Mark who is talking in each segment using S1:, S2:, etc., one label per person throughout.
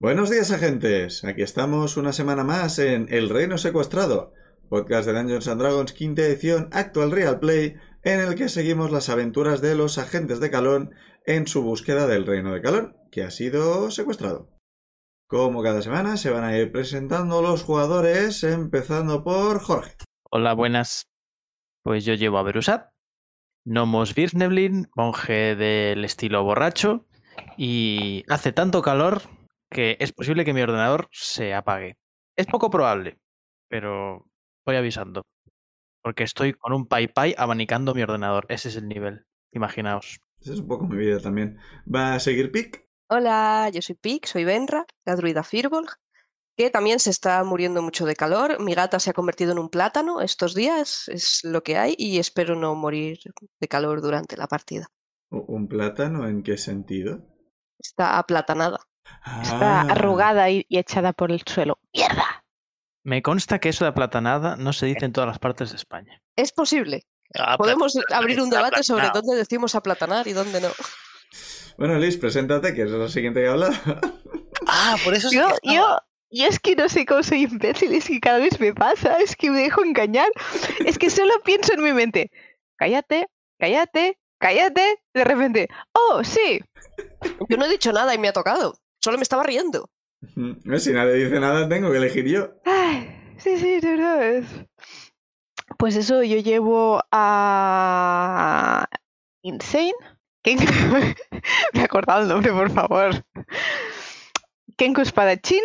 S1: Buenos días, agentes. Aquí estamos una semana más en El Reino Secuestrado, podcast de Dungeons and Dragons quinta edición Actual Real Play, en el que seguimos las aventuras de los agentes de Calón en su búsqueda del Reino de Calón, que ha sido secuestrado. Como cada semana se van a ir presentando los jugadores, empezando por Jorge.
S2: Hola, buenas. Pues yo llevo a Berusat, Nomos Birneblin, monje del estilo borracho, y hace tanto calor que es posible que mi ordenador se apague. Es poco probable, pero voy avisando. Porque estoy con un PyPy abanicando mi ordenador. Ese es el nivel, imaginaos.
S1: Esa es un poco mi vida también. Va a seguir Pic.
S3: Hola, yo soy Pic, soy Benra, la druida Firbolg, que también se está muriendo mucho de calor. Mi gata se ha convertido en un plátano estos días, es lo que hay, y espero no morir de calor durante la partida.
S1: ¿Un plátano en qué sentido?
S3: Está aplatanada.
S1: Ah.
S4: Está arrugada y, y echada por el suelo. ¡Mierda!
S2: Me consta que eso de aplatanada no se dice en todas las partes de España.
S3: Es posible.
S5: Ah,
S3: Podemos
S5: plata-
S3: abrir un
S5: está
S3: debate sobre
S5: aplatanado.
S3: dónde decimos aplatanar y dónde no.
S1: Bueno, Liz, preséntate, que es la siguiente que habla.
S5: Ah, por eso sí
S4: Yo,
S5: que
S4: yo,
S5: estaba.
S4: yo es que no sé cómo soy imbécil, es que cada vez me pasa, es que me dejo engañar. Es que solo pienso en mi mente. Cállate, cállate, cállate. De repente, oh, sí.
S3: Yo no he dicho nada y me ha tocado. Solo me estaba riendo.
S1: Mm, si nadie dice nada, tengo que elegir yo.
S4: Ay, sí, sí, no, no, es... Pues eso, yo llevo a Insane. Ken- Me he acordado el nombre, por favor. Kenku Espadachín.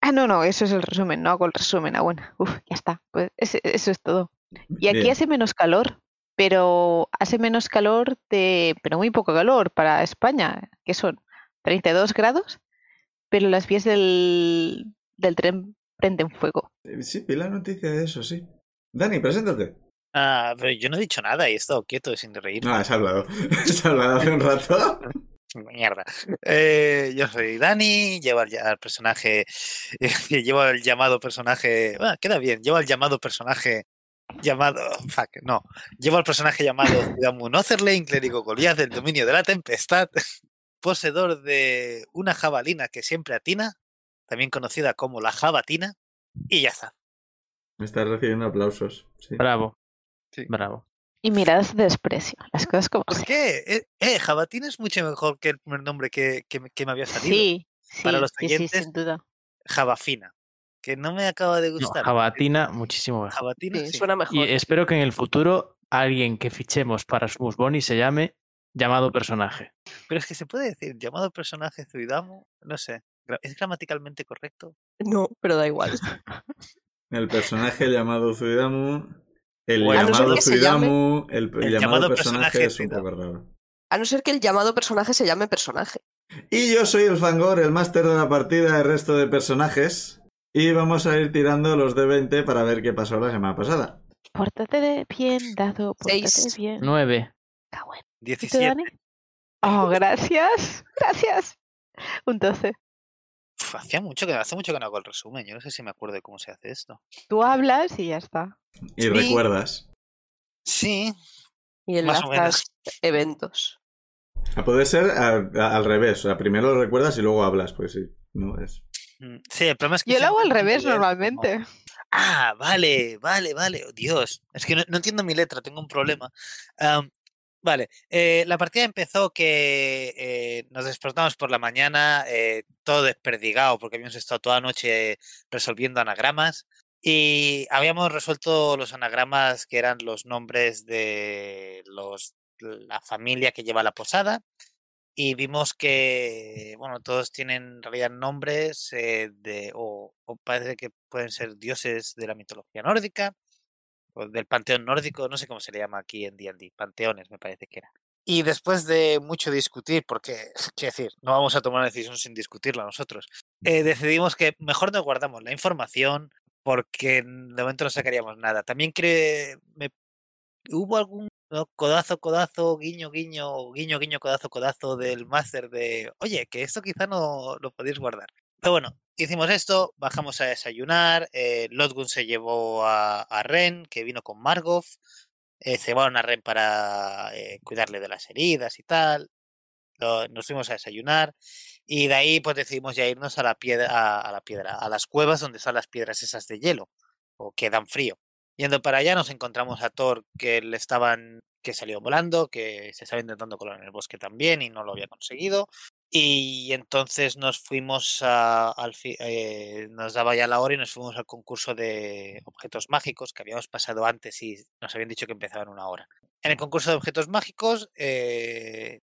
S4: Ah, no, no, eso es el resumen, no hago el resumen. Ah, bueno, uf, ya está. Pues ese- eso es todo. Y aquí
S1: Bien.
S4: hace menos calor, pero hace menos calor de. pero muy poco calor para España, que son 32 grados, pero las vías del, del tren prenden fuego.
S1: Eh, Sí, vi la noticia de eso, sí. Dani, preséntate.
S5: Ah, pero yo no he dicho nada y he estado quieto sin reír.
S1: No, has hablado. Has hablado hace un rato.
S5: Mierda. Eh, yo soy Dani, llevo al, al personaje, llevo al llamado personaje, bueno, queda bien, llevo al llamado personaje llamado, fuck, no, llevo al personaje llamado Ciudadmund Otherlane, clérigo Goliath del dominio de la tempestad, poseedor de una jabalina que siempre atina, también conocida como la jabatina, y ya está.
S1: Me estás recibiendo aplausos. Sí.
S2: Bravo.
S5: Sí.
S2: Bravo.
S4: Y miradas de desprecio, las cosas como
S5: ¿Por
S4: son.
S5: qué? Eh, eh, jabatina es mucho mejor que el primer nombre que, que me- que me había salido.
S4: Sí,
S5: Para
S4: sí,
S5: los
S4: sí, sí,
S5: oyentes,
S4: sin duda.
S5: Jabafina, que no me acaba de
S2: No,
S5: gustar.
S2: jabatina, muchísimo mejor.
S5: Jabatina,
S3: Sí,
S5: sí.
S3: suena mejor.
S2: Y espero que en el futuro alguien que fichemos para Sumus Boni se llame llamado personaje.
S5: Pero es que se puede decir, llamado personaje Zuidamo, no sé, gra- ¿es gramaticalmente correcto?
S3: No, pero da igual.
S1: El personaje llamado Zuidamu. El
S5: Bueno, a no ser
S1: llamado
S3: que se llame-
S1: Zuidamu. El,
S5: El
S1: llamado,
S5: llamado
S1: personaje,
S5: personaje
S1: es un
S5: Zuidamu.
S1: poco raro.
S3: A no ser que el llamado personaje se llame personaje.
S1: Y yo soy el Fangor, el máster de la partida, el resto de personajes. Y vamos a ir tirando los de 20 para ver qué pasó la semana pasada.
S4: Pórtate de bien, dado, pórtate
S3: Seis.
S4: de bien.
S2: Nueve.
S4: Cago en- ¿Y tú,
S5: 17.
S4: Dani? Oh, gracias, gracias. Un 12.
S5: Uf, hacía mucho que, hace mucho que no hago el resumen, yo no sé si me acuerdo de cómo se hace esto.
S4: Tú hablas y ya está.
S1: Y
S5: Sí.
S1: recuerdas.
S5: Sí,
S3: Y
S5: Más o
S3: enlazas eventos.
S1: A poder ser a- a- al revés. O sea, primero lo recuerdas y luego hablas, pues sí. No es.
S5: mm, sí, el problema es que...
S4: Yo lo hago al
S5: siempre
S4: revés
S5: intento leer como-
S4: normalmente.
S5: Ah, vale, vale, vale. oh, Dios, es que no, no entiendo mi letra, tengo un problema. Am, vale, eh, la partida empezó que eh, nos despertamos por la mañana, eh, todo desperdigado, porque habíamos estado toda la noche resolviendo anagramas y habíamos resuelto los anagramas que eran los nombres de los, la familia que lleva la posada y vimos que, bueno, todos tienen en realidad nombres eh, de, o, o parece que pueden ser dioses de la mitología nórdica, o del panteón nórdico, no sé cómo se le llama aquí en D&D, panteones me parece que era. Y después de mucho discutir, porque, quiero decir, no vamos a tomar una decisión sin discutirla nosotros, eh, decidimos que mejor nos guardamos la información porque n- de momento no sacaríamos nada. También creo, me hubo algún ¿no? codazo, codazo, guiño, guiño, guiño, guiño, codazo, codazo del máster de, oye, que esto quizá no lo podéis guardar. Pero bueno, hicimos esto, bajamos a desayunar, eh, Lodgun se llevó a, a Ren, que vino con Margov, eh, se llevaron a Ren para eh, cuidarle de las heridas y tal. Lo- nos fuimos a desayunar y de ahí pues decidimos ya irnos a la piedra, a, a la piedra, a las cuevas donde están las piedras esas de hielo o que dan frío. Yendo para allá nos encontramos a Thor que le estaban que salió volando, que se estaba intentando colar en el bosque también y no lo había conseguido. Y entonces nos fuimos a- al fi- eh, nos daba ya la hora y nos fuimos al concurso de objetos mágicos que habíamos pasado antes y nos habían dicho que empezaba en una hora. En el concurso de objetos mágicos, eh,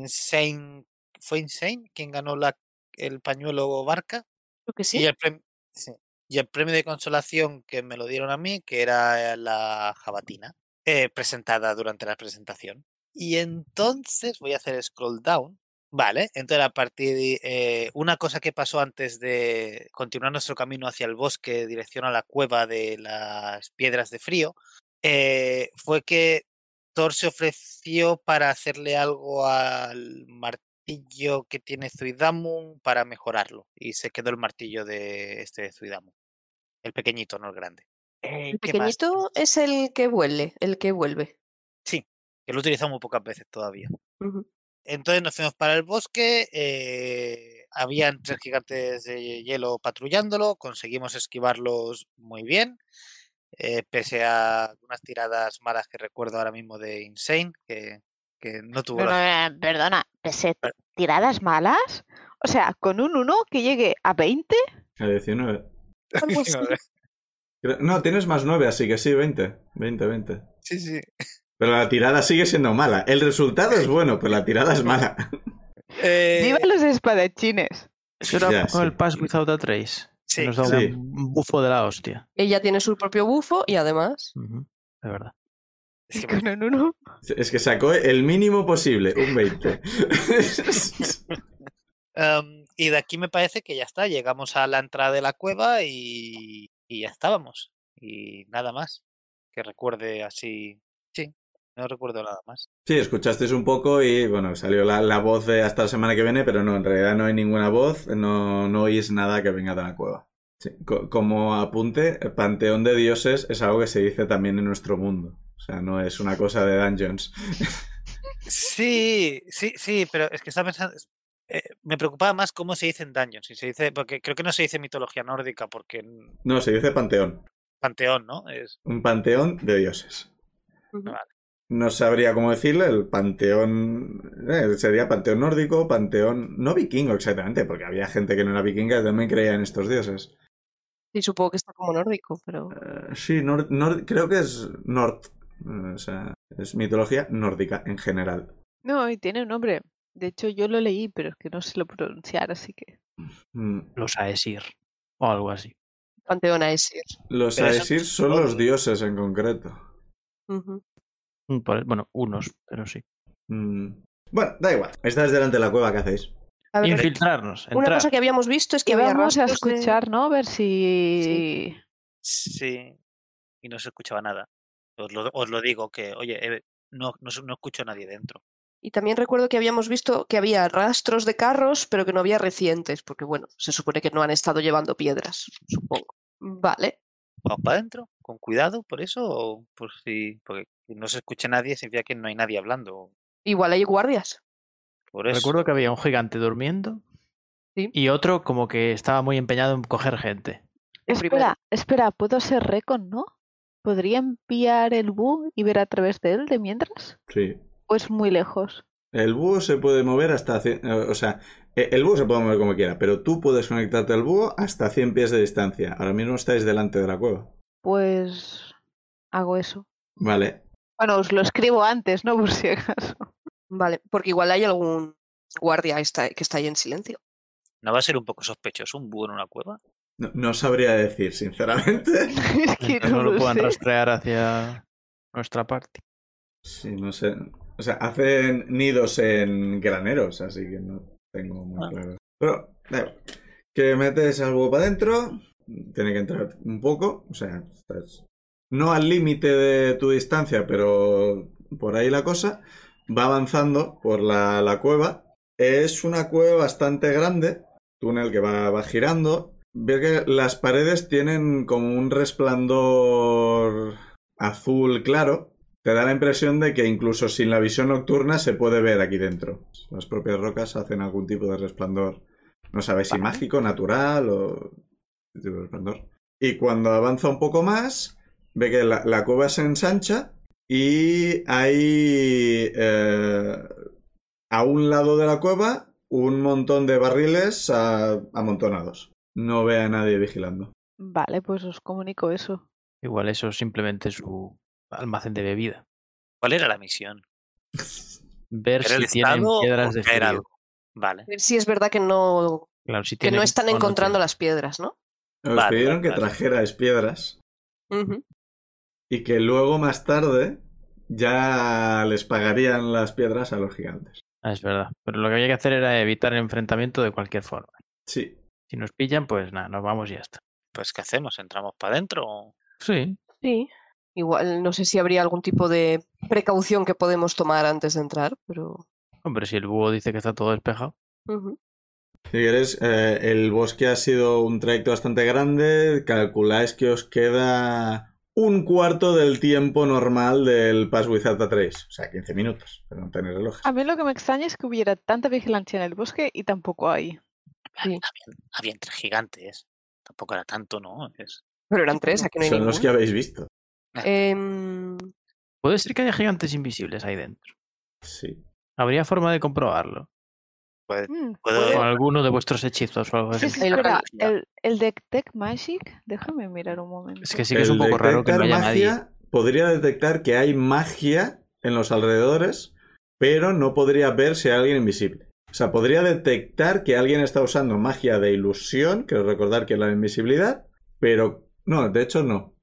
S5: Insane, fue Insane quien ganó la, el pañuelo Barca
S3: Creo que
S5: y
S3: sí.
S5: el, prem- sí, y el premio de consolación que me lo dieron a mí, que era eh, la jabatina, eh, presentada durante la presentación. Y entonces voy a hacer scroll down. Vale, entonces a partir de eh, una cosa que pasó antes de continuar nuestro camino hacia el bosque, dirección a la cueva de las piedras de frío, eh, fue que Thor se ofreció para hacerle algo al martillo martillo que tiene Zuidamun para mejorarlo. Y se quedó el martillo de este de Zuidamun. El pequeñito, no el grande. Eh,
S3: El
S5: ¿qué más
S3: pequeñito
S5: tenemos?
S3: es el que vuelve, el que vuelve.
S5: Que lo he utilizado muy pocas veces todavía.
S3: Ujú.
S5: Entonces nos fuimos para el bosque. eh, habían tres gigantes de hielo patrullándolo. Conseguimos esquivarlos muy bien. eh, pese a unas tiradas malas que recuerdo ahora mismo de Insane, que, que no tuvo
S4: No,
S5: la
S4: no, no, perdona, pese tiradas malas. O sea, con un 1 que llegue a 20.
S1: A 19.
S3: Algo así.
S5: suerte.
S1: Creo- No, tienes más 9, así que sí, 20. 20, 20.
S5: Sí, sí.
S1: Pero la tirada sigue siendo mala. El resultado es bueno, pero la tirada es mala.
S5: Eh,
S4: ¡Viva los espadachines!
S2: Eso era
S1: Ya,
S2: con
S1: sí.
S2: el Pass Without a Trace. que
S5: Sí,
S2: nos da
S1: Sí.
S2: un bufo de la hostia.
S3: Ella tiene su propio bufo y además.
S2: Ujú, De verdad.
S5: es que me-
S4: Con un 1.
S1: Es que sacó el mínimo posible, un 20.
S5: Em, y de aquí me parece que ya está. Llegamos a la entrada de la cueva y, y ya estábamos. Y nada más. Que recuerde así. Sí, no recuerdo nada más.
S1: Sí, escuchasteis un poco y bueno, salió la, la voz de hasta la semana que viene, pero no, en realidad no hay ninguna voz, no, no oís nada que venga de la cueva. Sí, co- como apunte, Panteón de Dioses es algo que se dice también en nuestro mundo. O sea, no es una cosa de dungeons.
S5: Sí, sí, sí, pero es que estaba pensando. es- eh, me preocupaba más cómo se dice en Dungeons. Si se dice, porque creo que no se dice mitología nórdica, porque en
S1: No, se dice panteón.
S5: panteón, ¿no? Es,
S1: Un panteón de dioses.
S3: Ujú.
S5: Vale.
S1: No sabría cómo decirle, el panteón. eh, sería panteón nórdico, panteón. No vikingo exactamente, porque había gente que no era vikinga y también creía en estos dioses.
S3: Y supongo que está como nórdico, pero.
S1: Eh, sí, nor- nor- creo que es Nord. Eh, O sea, es mitología nórdica en general.
S4: No, y tiene un nombre. De hecho, yo lo leí, pero es que no sé lo pronunciar, así que.
S1: Mm.
S2: Los E Aesir. O algo así.
S3: Panteón Aesir.
S1: Los
S5: Pero eso-
S1: Aesir son los dioses en concreto.
S3: Ujú.
S2: Mm, por- Bueno, unos, pero sí.
S1: Mm. Bueno, da igual. Estáis delante de la cueva, ¿qué hacéis?
S3: A ver,
S2: Infiltrarnos.
S3: una
S2: entrar.
S3: cosa que habíamos visto es que
S4: Que
S3: había
S4: vamos a
S3: rastros de-
S4: escuchar, ¿no? A ver si.
S5: sí. Y no se escuchaba nada. Os lo, os lo digo que, oye, eh, no, no, se- no escucho a nadie dentro.
S3: Y también recuerdo que habíamos visto que había rastros de carros, pero que no había recientes, porque bueno, se supone que no han estado llevando piedras, supongo. Vale.
S5: vamos para adentro, con cuidado, por eso, o por si, porque que no se escucha nadie, significa que no hay nadie hablando,
S3: Igual hay guardias.
S5: por eso.
S2: Pues Recuerdo que había un gigante durmiendo
S3: Sí.
S2: y otro como que estaba muy empeñado en coger gente.
S3: El
S4: Espera,
S3: primero.
S4: espera, ¿puedo ser recon, no? ¿Podría enviar el bu y ver a través de él de mientras?
S1: Sí.
S4: ¿O es muy lejos?
S1: El búho se puede mover hasta... cien- eh, O sea, eh, el búho se puede mover como quiera, pero tú puedes conectarte al búho hasta 100 pies de distancia. Ahora mismo estáis delante de la cueva.
S4: Pues. Hago eso.
S1: Vale.
S4: Bueno, os lo escribo antes, ¿no? Por si acaso.
S3: Vale, porque igual hay algún guardia está- que está ahí en silencio.
S5: ¿No va a ser un poco sospechoso un búho en una cueva?
S1: No, no sabría decir, sinceramente.
S4: es que
S2: Mientras
S4: no,
S2: no lo puedan
S4: sé.
S2: rastrear hacia nuestra parte.
S1: Sí, no sé. O sea, hacen nidos en graneros, así que no tengo muy
S5: Ah.
S1: claro. Pero, da igual. Que metes al búho para adentro. Tiene que entrar un poco. O sea, estás no al límite de tu distancia, pero por ahí la cosa. Va avanzando por la, la cueva. Es una cueva bastante grande. Túnel que va, va girando. Ves que las paredes tienen como un resplandor azul claro Te da la impresión de que incluso sin la visión nocturna se puede ver aquí dentro. Las propias rocas hacen algún tipo de resplandor. No sabéis si mágico, natural o... qué tipo de resplandor. Y cuando avanza un poco más, ve que la, la cueva se ensancha y hay eh, a un lado de la cueva un montón de barriles ah, amontonados. No ve a nadie vigilando.
S4: Vale, pues os comunico eso.
S2: Igual eso es simplemente su almacén de bebida.
S5: ¿Cuál era la misión?
S2: Ver
S5: ¿Era
S2: si
S5: el
S2: tienen
S5: estado
S2: piedras
S5: o
S2: de
S5: era
S2: frío.
S5: algo? Vale.
S3: ver si es verdad que no,
S2: Claro, si
S3: que
S2: tienen
S3: no están
S2: o
S3: encontrando
S2: tienen.
S3: las piedras, ¿no?
S1: Os
S5: Vale,
S1: pidieron
S5: vale,
S1: que
S5: vale.
S1: trajerais piedras
S3: Ujú.
S1: y que luego más tarde ya les pagarían las piedras a los gigantes.
S2: Ah, es verdad. Pero lo que había que hacer era evitar el enfrentamiento de cualquier forma.
S1: Sí.
S2: Si nos pillan, pues nada, nos vamos y ya está.
S5: Pues, ¿qué hacemos? ¿Entramos para adentro?
S2: Sí.
S3: Sí. Igual, no sé si habría algún tipo de precaución que podemos tomar antes de entrar, pero.
S2: Hombre, si el búho dice que está todo despejado.
S3: ujú.
S1: Si queréis, eh, el bosque ha sido un trayecto bastante grande. Calculáis que os queda un cuarto del tiempo normal del Pass Wizard 3. O sea, 15 minutos, pero no tenéis relojes.
S3: Ah,
S4: A mí lo que me extraña es que hubiera tanta vigilancia en el bosque y tampoco hay.
S5: Había entre gigantes. Tampoco era tanto, ¿no? Es...
S3: Pero eran tres, aquí no hay
S1: Son los que
S3: ninguno.
S1: habéis visto.
S3: Em,
S2: Puede ser que haya gigantes invisibles ahí dentro.
S1: Sí.
S2: Habría forma de comprobarlo.
S5: Puede-
S4: Mm,
S5: puedo-
S2: Con alguno de vuestros hechizos o algo
S4: sí,
S2: así.
S4: sí,
S3: el
S4: espera,
S5: Galaxia.
S4: el, el de Tech Magic, déjame mirar un momento.
S2: Es que sí que es un
S1: El
S2: poco raro que no haya
S1: detectar magia
S2: nadie.
S1: podría detectar que hay magia en los alrededores, pero no podría ver si hay alguien invisible. O sea, podría detectar que alguien está usando magia de ilusión, que recordar que es la invisibilidad, pero no, de hecho no.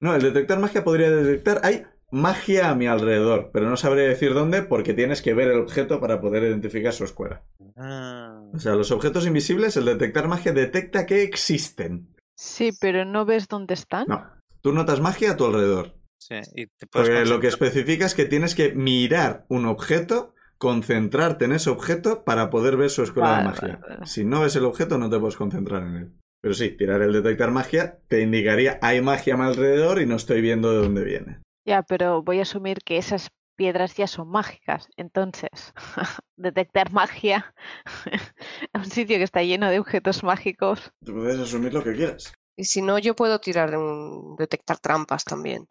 S1: No, el detectar magia podría detectar hay magia a mi alrededor, pero no sabré decir dónde porque tienes que ver el objeto para poder identificar su escuela.
S5: Ah,
S1: O sea, los objetos invisibles, el detectar magia detecta que existen.
S4: Sí, pero no ves dónde están.
S1: No, tú notas magia a tu alrededor.
S5: sí, y te puedes
S1: Porque Pues lo que
S5: concentrar.
S1: especifica es que tienes que mirar un objeto, concentrarte en ese objeto para poder ver su escuela de
S4: Vale,
S1: magia.
S4: vale, vale.
S1: Si no ves el objeto, no te puedes concentrar en él. Pero sí, tirar el detectar magia te indicaría hay magia a mi alrededor y no estoy viendo de dónde viene.
S4: Ya, pero voy a asumir que esas piedras ya son mágicas. Entonces, detectar magia a un sitio que está lleno de objetos mágicos.
S1: Tú puedes asumir lo que quieras.
S3: y si no, yo puedo tirar de un. detectar trampas también.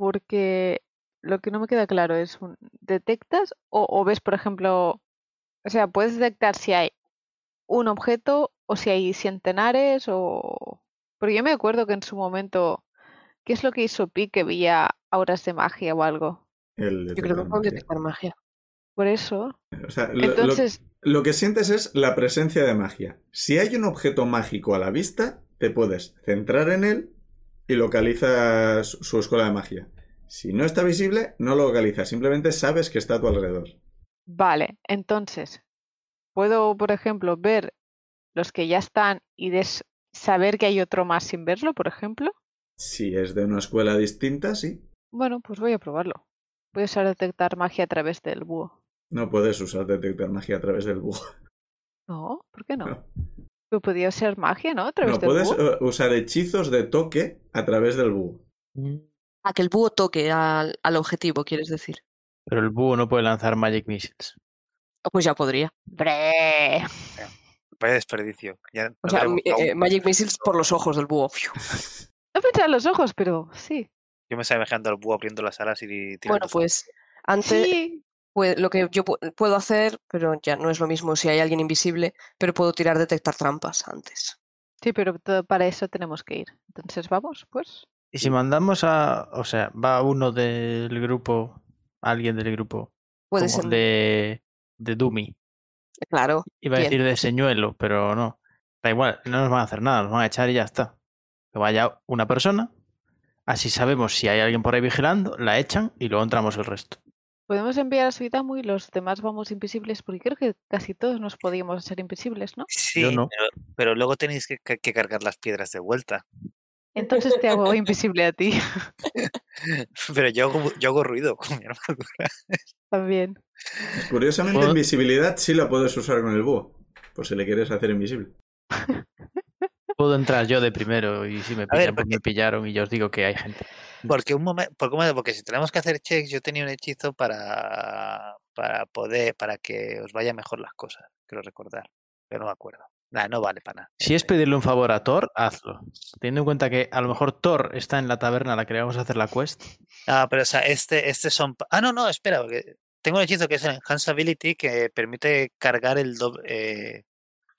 S4: Porque lo que no me queda claro es, un- ¿detectas o, o ves, por ejemplo, o sea, puedes detectar si hay un objeto o si hay centenares o... Porque yo me acuerdo que en su momento, ¿qué es lo que hizo Pi que veía auras de magia o algo?
S1: El
S3: Yo
S1: detectar
S3: creo que puedo
S1: magia.
S3: detectar magia.
S4: Por eso.
S1: O sea, lo- lo-
S4: Entonces,
S1: Lo que sientes es la presencia de magia. Si hay un objeto mágico a la vista, te puedes centrar en él y localizas su escuela de magia. Si no está visible, no lo localizas, simplemente sabes que está a tu alrededor.
S4: Vale, entonces, puedo, por ejemplo, ver los que ya están y des- saber que hay otro más sin verlo, por ejemplo.
S1: Si es de una escuela distinta, sí.
S4: Bueno, pues voy a probarlo. Voy a usar detectar magia a través del búho.
S1: No puedes usar detectar magia a través del búho.
S4: No, ¿por qué no?
S1: No,
S4: Pero podía usar magia, ¿no? A través
S1: No,
S4: del
S1: puedes
S4: búho.
S1: eh, usar hechizos de toque a través del búho.
S2: Mm.
S3: A que el búho toque al, al objetivo, quieres decir.
S2: Pero el búho no puede lanzar Magic Missiles.
S3: Ah, Pues ya podría.
S4: ¡Bre!
S5: Vaya desperdicio. Ya
S3: O
S5: no
S3: sea,
S5: veremos
S3: mi- eh,
S5: aún.
S3: eh, Magic Missiles por los ojos del búho. Fiu.
S4: No pensaba en los ojos, pero sí.
S5: Yo me estaba imaginando al búho abriendo las alas y tirando
S3: Bueno, pues antes
S4: Sí.
S3: pues, lo que yo pu- puedo hacer, pero ya no es lo mismo si hay alguien invisible, pero puedo tirar detectar trampas antes.
S4: Sí, pero todo- para eso tenemos que ir. Entonces, vamos, pues.
S2: Y si mandamos a. O sea, va uno del grupo. Alguien del grupo.
S3: Puede
S2: como
S3: ser,
S2: de. De Dumi.
S3: claro.
S2: Iba a
S3: ¿Quién?
S2: decir de señuelo, pero no. Da igual, no nos van a hacer nada, nos van a echar y ya está. Que vaya una persona. Así sabemos si hay alguien por ahí vigilando, la echan y luego entramos el resto.
S4: Podemos enviar a Suitamu y los demás vamos invisibles, porque creo que casi todos nos podíamos ser invisibles, ¿no?
S5: Sí,
S2: no.
S5: pero, pero luego tenéis que, ca- que cargar las piedras de vuelta.
S4: Entonces te hago invisible a ti
S5: Pero yo hago, bu- yo hago ruido con mi armadura.
S4: también.
S1: Curiosamente,
S2: Puedo-
S1: invisibilidad sí la puedes usar con el búho. Por si le quieres hacer invisible.
S2: Puedo entrar yo de primero y si me
S5: A ver,
S2: pillan, pues
S5: porque-
S2: me pillaron y yo os digo que hay gente.
S5: Porque un momento, porque, si tenemos que hacer checks, yo tenía un hechizo para, para poder, para que os vaya mejor las cosas, creo recordar, pero no me acuerdo. Nada, no vale para nada.
S2: Si es pedirle un favor a Thor, hazlo. Teniendo en cuenta que a lo mejor Thor está en la taberna a la que le vamos a hacer la quest.
S5: Ah, pero o sea, este, este son. pa- Ah, no, no, espera, porque tengo un hechizo que es el Enhance Ability que permite cargar el doble. eh,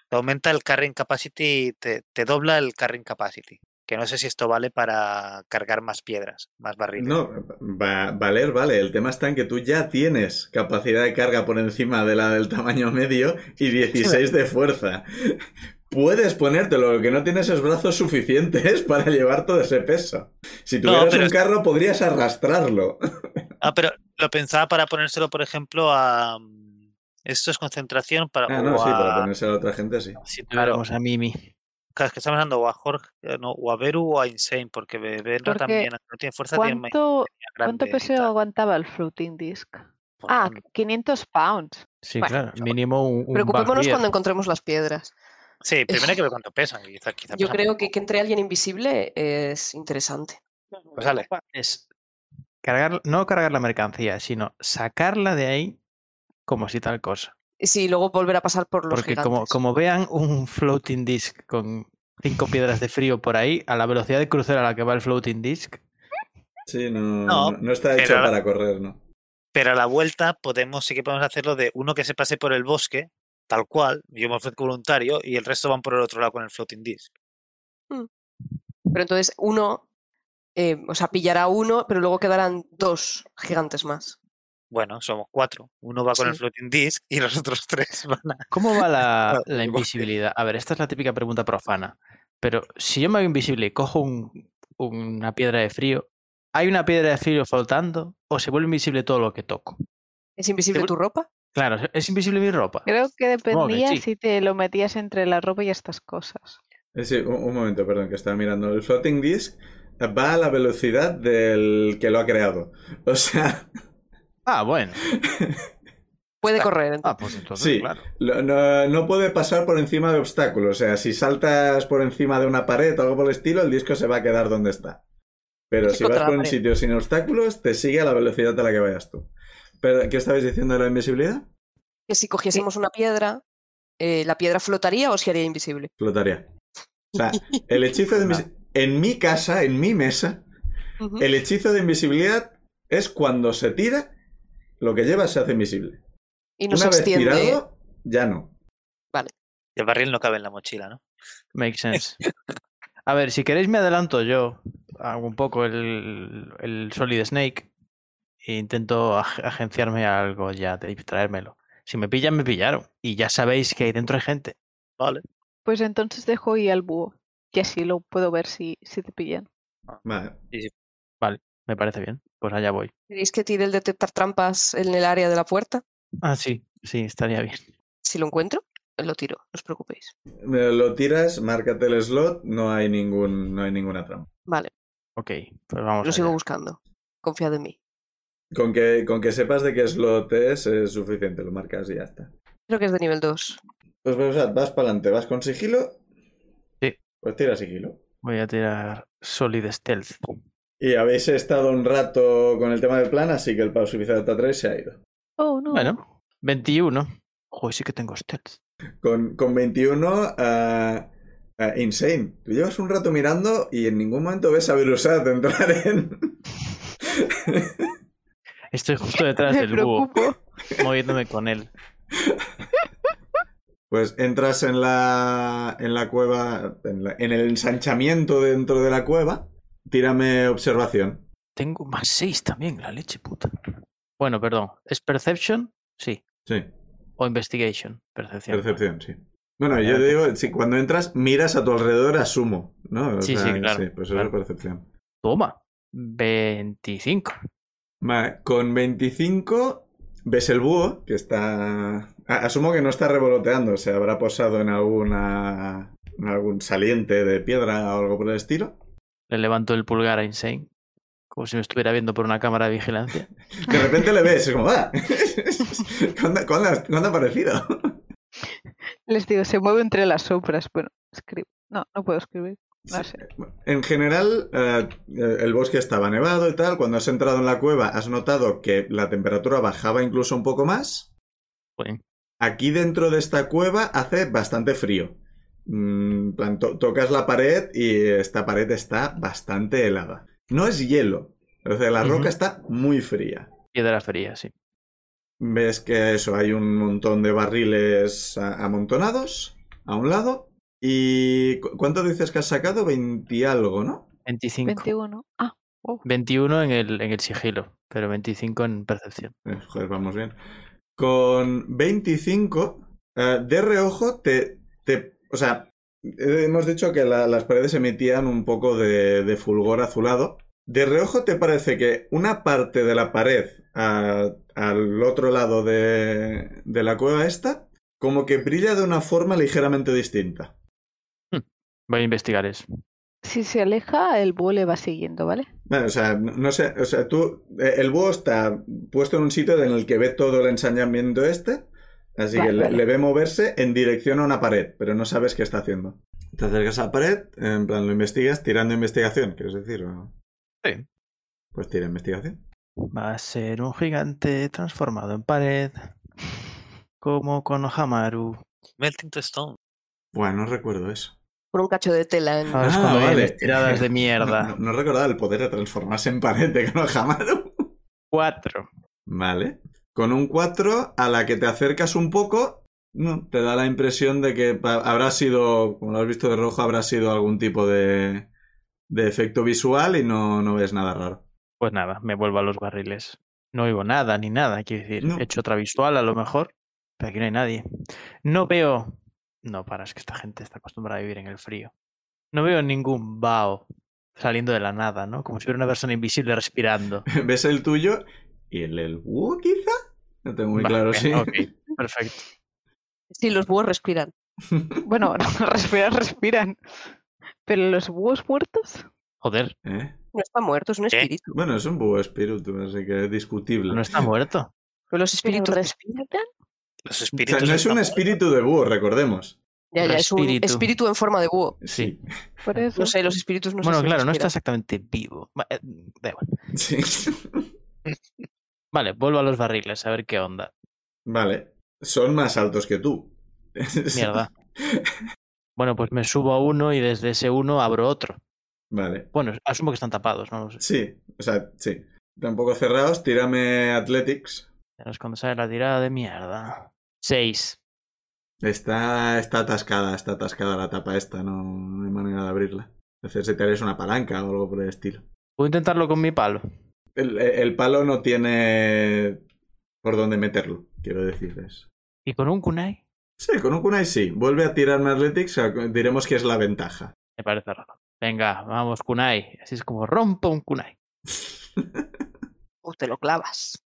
S5: te aumenta el carrying capacity, te, te dobla el carrying capacity. Que no sé si esto vale para cargar más piedras, más barriles.
S1: No, va- valer, vale. El tema está en que tú ya tienes capacidad de carga por encima de la del tamaño medio y 16 de fuerza. Puedes ponértelo, lo que no tienes es brazos suficientes para llevar todo ese peso. Si
S5: No,
S1: tuvieras
S5: pero
S1: un
S5: es-
S1: carro, podrías arrastrarlo.
S5: Ah, pero lo pensaba para ponérselo, por ejemplo, a. mm, Esto es concentración para.
S1: Ah,
S5: o
S1: no, sí,
S5: a-
S1: para ponérselo a otra gente, sí.
S5: sí, claro,
S2: Vamos a Mimi.
S5: claro, es que estamos hablando o a Jorge, eh, no, o a Beru o a Insane, porque Be- Benra
S4: Porque
S5: también, aunque no tiene fuerza, tiene una
S4: ¿Cuánto, ¿cuánto
S5: grande y
S4: peso
S5: tal.
S4: aguantaba el floating disc?
S5: Por
S4: Ah,
S5: tanto,
S4: 500 pounds.
S2: Sí,
S4: Bueno,
S2: claro. Mínimo un, un
S3: Preocupémonos
S2: barrier.
S3: cuando encontremos las piedras.
S5: Sí, primero hay que ver cuánto pesan. que Quizá, quizá
S3: Yo
S5: pesan
S3: creo
S5: poco.
S3: que que entre alguien invisible es interesante.
S5: Pues sale.
S2: es cargar, no cargar la mercancía, sino sacarla de ahí como si tal cosa.
S3: Y si luego volver a pasar por los
S2: Porque
S3: gigantes.
S2: como, como vean un floating disc con cinco piedras de frío por ahí, a la velocidad de crucero a la que va el floating disc,
S1: Sí, no,
S5: No,
S1: no, no está hecho
S5: pero-
S1: para correr, ¿no?
S5: Pero a la vuelta podemos, sí que podemos hacerlo de uno que se pase por el bosque, tal cual, yo me ofrezco voluntario, y el resto van por el otro lado con el floating disc.
S3: Pero entonces uno, eh, o sea, pillará uno, pero luego quedarán dos gigantes más.
S5: Bueno, somos cuatro. Uno va con el
S3: Sí.
S5: floating disc y los otros tres van a...
S2: ¿cómo va la,
S5: Claro,
S2: la
S5: igual.
S2: invisibilidad? A ver, esta es la típica pregunta profana. Pero si yo me hago invisible y cojo un- una piedra de frío, ¿hay una piedra de frío flotando o se vuelve invisible todo lo que toco?
S3: ¿Es invisible
S2: vu-
S3: tu ropa?
S2: Claro, ¿es invisible mi ropa?
S3: Eh
S4: Creo que
S2: Supongo que
S4: dependía
S2: sí.
S4: si te lo metías entre la ropa y estas cosas.
S1: Eh, Sí, un, un momento, perdón, que estaba mirando. El floating disc va a la velocidad del que lo ha creado. O sea,
S2: Ah, bueno.
S3: Puede
S5: Está-
S3: correr. ent-
S2: Ah, pues entonces,
S1: Sí.
S2: claro.
S1: Lo- No, no puede pasar por encima de obstáculos. O sea, si saltas por encima de una pared o algo por el estilo, el disco se va a quedar donde está. Pero
S3: Sí,
S1: si vas
S3: contra la
S1: por un
S3: pared.
S1: sitio sin obstáculos, te sigue a la velocidad a la que vayas tú. Pero, ¿Qué estabais diciendo de la invisibilidad?
S3: Que si cogiésemos una piedra, eh, ¿la piedra flotaría o se haría invisible?
S1: Flotaría. O sea, el hechizo de invis- En mi casa, en mi mesa,
S3: Ujú.
S1: el hechizo de invisibilidad es cuando se tira, lo que llevas se hace invisible.
S3: y no
S1: una
S3: se
S1: vez
S3: extiende.
S1: tirado, ya no.
S5: El barril no cabe en la mochila, ¿no?
S2: Make sense. A ver, si queréis me adelanto yo, hago un poco el, el Solid Snake e intento ag- agenciarme a algo ya, de- traérmelo. Si me pillan, me pillaron. Y ya sabéis que ahí dentro hay gente.
S5: Vale.
S4: Pues entonces dejo ir al búho. Y así lo puedo ver si, si te pillan.
S1: Vale.
S2: Me parece bien. Pues allá voy.
S3: ¿Queréis que tire el detectar trampas en el área de la puerta?
S2: Ah, sí, sí, estaría bien.
S3: Si lo encuentro, lo tiro, no os preocupéis.
S1: Eh, Lo tiras, márcate el slot, no hay, ningún, no hay ninguna trampa.
S3: Vale,
S2: Ok, pues vamos.
S3: lo sigo
S2: allá.
S3: buscando. Confiad en mí.
S1: Con que, con que sepas de qué slot es, es suficiente, lo marcas y ya está.
S3: Creo que es de nivel 2.
S1: Pues Berusat, vas para adelante, vas con sigilo.
S2: Sí.
S1: Pues tira sigilo.
S2: Voy a tirar Solid Stealth.
S1: Y habéis estado un rato con el tema del plan, así que el paso suficiente hasta 3 se ha ido.
S4: Oh, no.
S2: Bueno, 21. Joder, sí que tengo Stealth.
S1: Con, con 21, ah, ah, insane. Tú llevas un rato mirando y en ningún momento ves a Berusat entrar en...
S2: Estoy justo detrás
S4: Me
S2: del búho,
S4: preocupo.
S2: moviéndome con él.
S1: Pues entras en la, en la cueva, en, la- en el ensanchamiento dentro de la cueva. Tírame observación.
S2: Tengo más 6 también, la leche puta. Bueno, perdón. ¿Es Perception? Sí.
S1: Sí.
S2: O Investigation. Percepción.
S1: Percepción, sí. Bueno,
S2: Vale,
S1: yo
S2: vale.
S1: digo, si cuando entras, miras a tu alrededor, asumo, ¿no? O
S2: Sí, sí, claro,
S1: pues eso
S2: claro.
S1: es percepción.
S2: Toma. 25.
S1: Vale, con 25 ves el búho que está... a- Asumo que no está revoloteando, se habrá posado en alguna... en algún saliente de piedra o algo por el estilo.
S2: Le levanto el pulgar a Insane. Como si me estuviera viendo por una cámara de vigilancia.
S1: De repente le ves, es como, ¡ah! ¿Cuándo, cuándo has- cuándo ha aparecido?
S4: Les digo, se mueve entre las sombras. Bueno, escribo. No, no puedo escribir. No
S1: Sí.
S4: sé.
S1: En general, eh, el bosque estaba nevado y tal. Cuando has entrado en la cueva, has notado que la temperatura bajaba incluso un poco más.
S2: Jolín.
S1: Aquí dentro de esta cueva hace bastante frío. Mm, en plan, to- tocas la pared y esta pared está bastante helada. No es hielo, o sea, la
S2: Ujú.
S1: roca está muy fría.
S2: Piedra fría, sí.
S1: Ves que eso, hay un montón de barriles a- amontonados a un lado. ¿Y cu- cuánto dices que has sacado? 20 y algo, ¿no?
S2: 25.
S4: 21. Ah,
S2: 21 en el, en el sigilo, pero 25 en percepción.
S1: Eh, Joder, vamos bien. Con 25, eh, de reojo te, te- O sea, eh, hemos dicho que la- las paredes emitían un poco de, de fulgor azulado. De reojo te parece que una parte de la pared a- al otro lado de, de la cueva esta, como que brilla de una forma ligeramente distinta.
S2: Voy a investigar eso.
S4: si se aleja, el búho le va siguiendo, ¿vale?
S1: Bueno, o sea, no, no sé, o sea, tú, eh, el búho está puesto en un sitio en el que ve todo el ensañamiento este, así
S4: Vale,
S1: que le,
S4: vale.
S1: le ve moverse en dirección a una pared, pero no sabes qué está haciendo. Te acercas a la pared, en plan, lo investigas tirando investigación, ¿quieres decir? o?
S2: Sí.
S1: Pues tira investigación.
S2: Va a ser un gigante transformado en pared. Como con Hamaru.
S5: Melting to Stone.
S1: Bueno, no recuerdo eso.
S3: Con un cacho de tela. en-
S2: Ahora es
S1: Ah,
S2: cuando vienen
S1: vale.
S2: mis tiradas de mierda.
S1: No, no- no recordaba el poder de transformarse en pared de Konohamaru.
S2: Cuatro.
S1: Vale. Con un 4, a la que te acercas un poco, no, te da la impresión de que pa- habrá sido, como lo has visto de rojo, habrá sido algún tipo de, de efecto visual y no, no ves nada raro.
S2: Pues nada, me vuelvo a los barriles. No oigo nada ni nada, quiero decir.
S1: No.
S2: He hecho otra visual a lo mejor, pero aquí no hay nadie. No veo. No, para, es que esta gente está acostumbrada a vivir en el frío. No veo ningún vaho saliendo de la nada, ¿no? Como si hubiera una persona invisible respirando.
S1: ¿Ves el tuyo? ¿Y el del búho, quizá? No tengo muy
S2: Va,
S1: claro,
S2: bien,
S1: sí.
S2: ok, perfecto.
S3: Sí, los búhos respiran.
S4: Bueno, no, respiran, respiran. Pero los búhos muertos.
S2: Joder,
S1: ¿Eh?
S3: No está muerto, es un
S5: ¿Qué?
S3: espíritu.
S1: Bueno, es un búho espíritu, así que es discutible.
S2: no
S1: O
S2: está muerto.
S3: Pero los
S4: Pero
S3: espíritus
S4: respiran.
S5: Los
S1: sea,
S5: espíritus.
S1: no es
S5: están
S1: un
S5: muertos.
S1: espíritu de búho, recordemos.
S3: Ya, ya, es un
S2: Respíritu.
S3: espíritu en forma de búho.
S2: Sí.
S4: Por eso.
S3: No sé, los espíritus no sé
S2: bueno,
S3: si
S2: claro, no está
S3: respiran.
S2: exactamente vivo. Va, eh, da igual.
S1: Sí.
S2: Vale, vuelvo a los barriles a ver qué onda.
S1: Vale. Son más altos que tú.
S2: Mierda. Bueno, pues me subo a uno y desde ese uno abro otro.
S1: Vale.
S2: Bueno, asumo que están tapados, no lo sé.
S1: Sí, o sea, sí. Tampoco cerrados, tírame Athletics.
S2: Pero es cuando sale la tirada de mierda. 6.
S1: Está, está atascada, está atascada la tapa esta, no, no hay manera de abrirla. Necesitarías una palanca o algo por el estilo.
S2: Puedo intentarlo con mi palo.
S1: El, el palo no tiene por dónde meterlo, quiero decirles.
S2: ¿Y con un kunai?
S1: Sí, con un kunai sí. Vuelve a tirarme Athletics, o sea, diremos que es la ventaja.
S2: Me parece raro. Venga, vamos, kunai. Así es como rompo un kunai.
S3: O te lo clavas.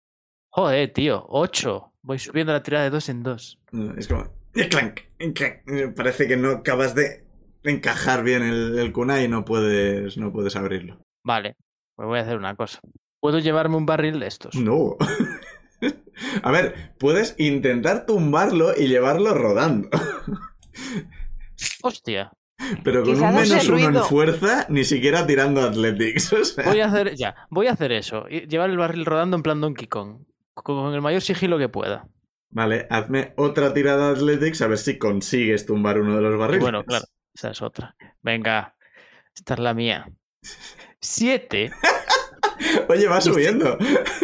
S2: Joder, tío, 8. Voy subiendo la tirada de 2 en 2.
S1: No, Es como... y clank, y clank. Parece que no acabas de encajar bien el, el kunai y no puedes, no puedes abrirlo.
S2: Vale, pues voy a hacer una cosa. ¿Puedo llevarme un barril de estos?
S1: No. A ver, puedes intentar tumbarlo y llevarlo rodando.
S2: Hostia.
S1: Pero con
S4: Quizá
S1: un
S4: no sea
S1: menos uno en
S4: ruido.
S1: fuerza, ni siquiera tirando Athletics. o sea.
S2: Voy a hacer, ya, voy a hacer eso. y Llevar el barril rodando en plan Donkey Kong. Con el mayor sigilo que pueda.
S1: Vale, hazme otra tirada de Athletics a ver si consigues tumbar uno de los
S2: Y
S1: barriles.
S2: bueno, claro, esa es otra. Venga, esta es la mía. 7.
S1: Oye, va subiendo.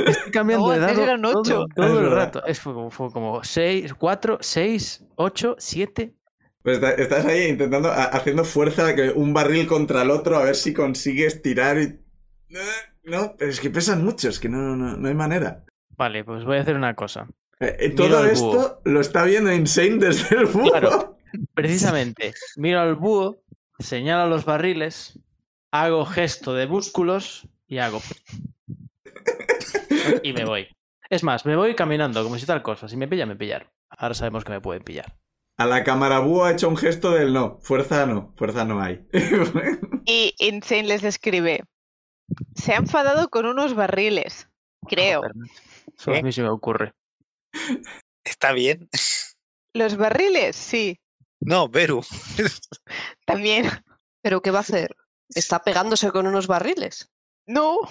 S2: Estoy cambiando
S4: No,
S2: de
S4: antes
S2: dado
S4: eran
S2: todo-
S4: ocho.
S2: todo,
S1: Es
S2: el
S1: verdad.
S2: rato. Es, fue, como- fue como 6, 4, 6, 8, 7.
S1: Pues está- estás ahí intentando, a- haciendo fuerza que un barril contra el otro a ver si consigues tirar y... Eh, No, pero es que pesan mucho, es que no, no, no hay manera.
S2: Vale, pues voy a hacer una cosa.
S1: Eh, eh,
S2: Miro
S1: todo
S2: al
S1: esto
S2: búho.
S1: lo está viendo Insane desde el búho.
S2: Claro. Precisamente, miro al búho, señalo los barriles, hago gesto de músculos y hago. Y me voy. Es más, me voy caminando como si tal cosa. Si me pillan, me pillaron. Ahora sabemos que me pueden pillar.
S1: A la cámara búho ha hecho un gesto del no. Fuerza no, fuerza no hay.
S4: Y Insane les escribe. Se ha enfadado con unos barriles. Creo.
S2: Joder, macho. Eso a mí se me ocurre.
S5: Está bien.
S4: ¿Los barriles? Sí.
S5: No, Beru.
S4: También.
S3: ¿Pero qué va a hacer? Está pegándose con unos barriles.
S4: No.
S2: Yo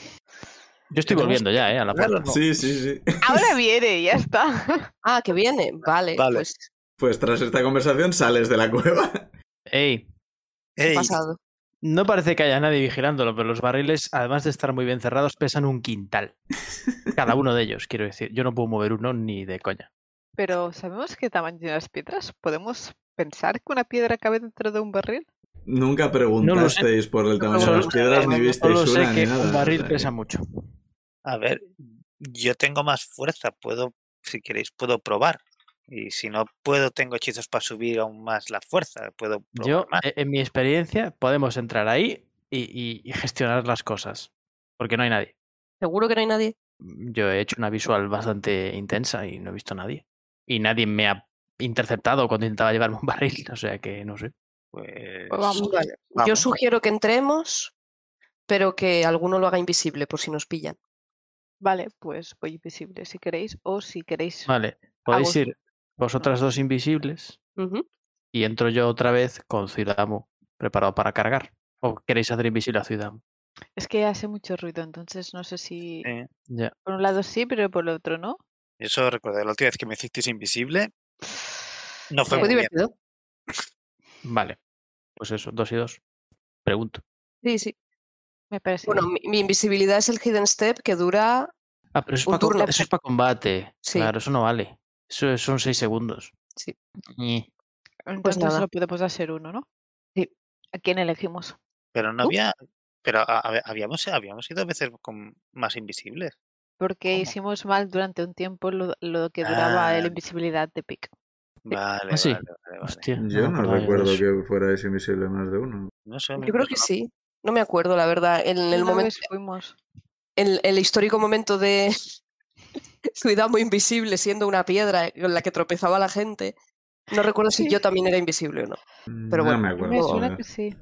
S2: estoy
S5: Tenemos-
S2: volviendo ya, ¿eh? A la puerta.
S5: Claro, no.
S1: Sí, sí, sí.
S4: Ahora viene, ya está.
S3: Ah, que viene. Vale,
S5: Vale.
S3: pues
S1: Pues tras esta conversación sales de la cueva.
S2: Ey,
S5: Ey,
S3: pasado.
S2: no parece que haya nadie vigilándolo, pero los barriles, además de estar muy bien cerrados, pesan un quintal. Cada uno de ellos, quiero decir. Yo no puedo mover uno ni de coña.
S4: Pero ¿sabemos qué tamaño tienen las piedras? ¿Podemos pensar que una piedra cabe dentro de un barril?
S1: Nunca preguntasteis por el tamaño de
S2: Solo-
S1: las piedras, ni visteis
S2: Solo sé
S1: una, Este ni
S2: que
S1: nada.
S2: un barril
S1: o sea que-
S2: pesa mucho.
S5: a ver, yo tengo más fuerza. Puedo, si queréis, puedo probar. Y si no puedo, tengo hechizos para subir aún más la fuerza. Puedo probar
S2: Yo,
S5: más.
S2: e- en mi experiencia, podemos entrar ahí y, y- y gestionar las cosas. Porque no hay nadie.
S3: Seguro que no hay nadie.
S2: Yo he hecho una visual bastante intensa y no he visto a nadie. Y nadie me ha interceptado cuando intentaba llevarme un barril. O sea que no sé.
S5: Pues,
S4: Pues vamos, vale.
S3: Yo
S5: vamos.
S3: sugiero que entremos, pero que alguno lo haga invisible por si nos pillan.
S4: Vale, pues voy invisible si queréis o si queréis.
S2: Vale, podéis
S4: vos-
S2: ir vosotras dos invisibles
S3: Ujú.
S2: y entro yo otra vez con Zuidamu preparado para cargar. ¿O queréis hacer invisible a Zuidamu?
S4: Es que hace mucho ruido, entonces no sé si
S5: Sí.
S2: Ya.
S4: por un lado sí, pero por el otro no.
S5: Eso recordé, la última vez que me hicisteis invisible, no fue
S3: Fue
S5: muy bien.
S3: divertido.
S2: Vale. Pues eso, dos y dos. Pregunto.
S3: Sí, sí.
S4: Me parece.
S3: Bueno, mi, mi invisibilidad es el hidden step que dura.
S2: Ah, pero eso
S3: Un
S2: es para,
S3: turno.
S2: combate.
S3: Sí.
S2: Claro, eso no vale. Eso es- son seis segundos.
S3: Sí.
S2: Eh.
S4: bien.
S3: pues
S4: entonces
S3: nada.
S4: solo podemos hacer uno, ¿no?
S3: Sí.
S4: ¿A quién elegimos?
S5: Pero no
S3: ¿Tú?
S5: había. Pero a- a- habíamos, habíamos ido a veces con más invisibles.
S4: Porque
S5: ¿Cómo?
S4: hicimos mal durante un tiempo lo, lo que duraba
S5: Ah.
S4: la invisibilidad de Pic.
S5: Vale,
S2: sí.
S5: vale, vale, vale.
S2: Hostia, me
S1: Yo no
S2: acordaba
S1: recuerdo
S2: de eso.
S1: que fuerais invisible más de uno.
S5: No sé, me-
S3: Yo creo que
S5: pues no-
S3: sí. No me acuerdo, la verdad. En el,
S4: Una
S3: momento,
S4: vez fuimos.
S3: el, el histórico momento de Cuidado muy invisible siendo una piedra con la que tropezaba la gente. No recuerdo si
S4: Sí.
S3: yo también era invisible o no. Pero
S1: no eh,
S3: bueno,
S1: me
S4: Me
S1: acuerdo.
S4: suena que sí.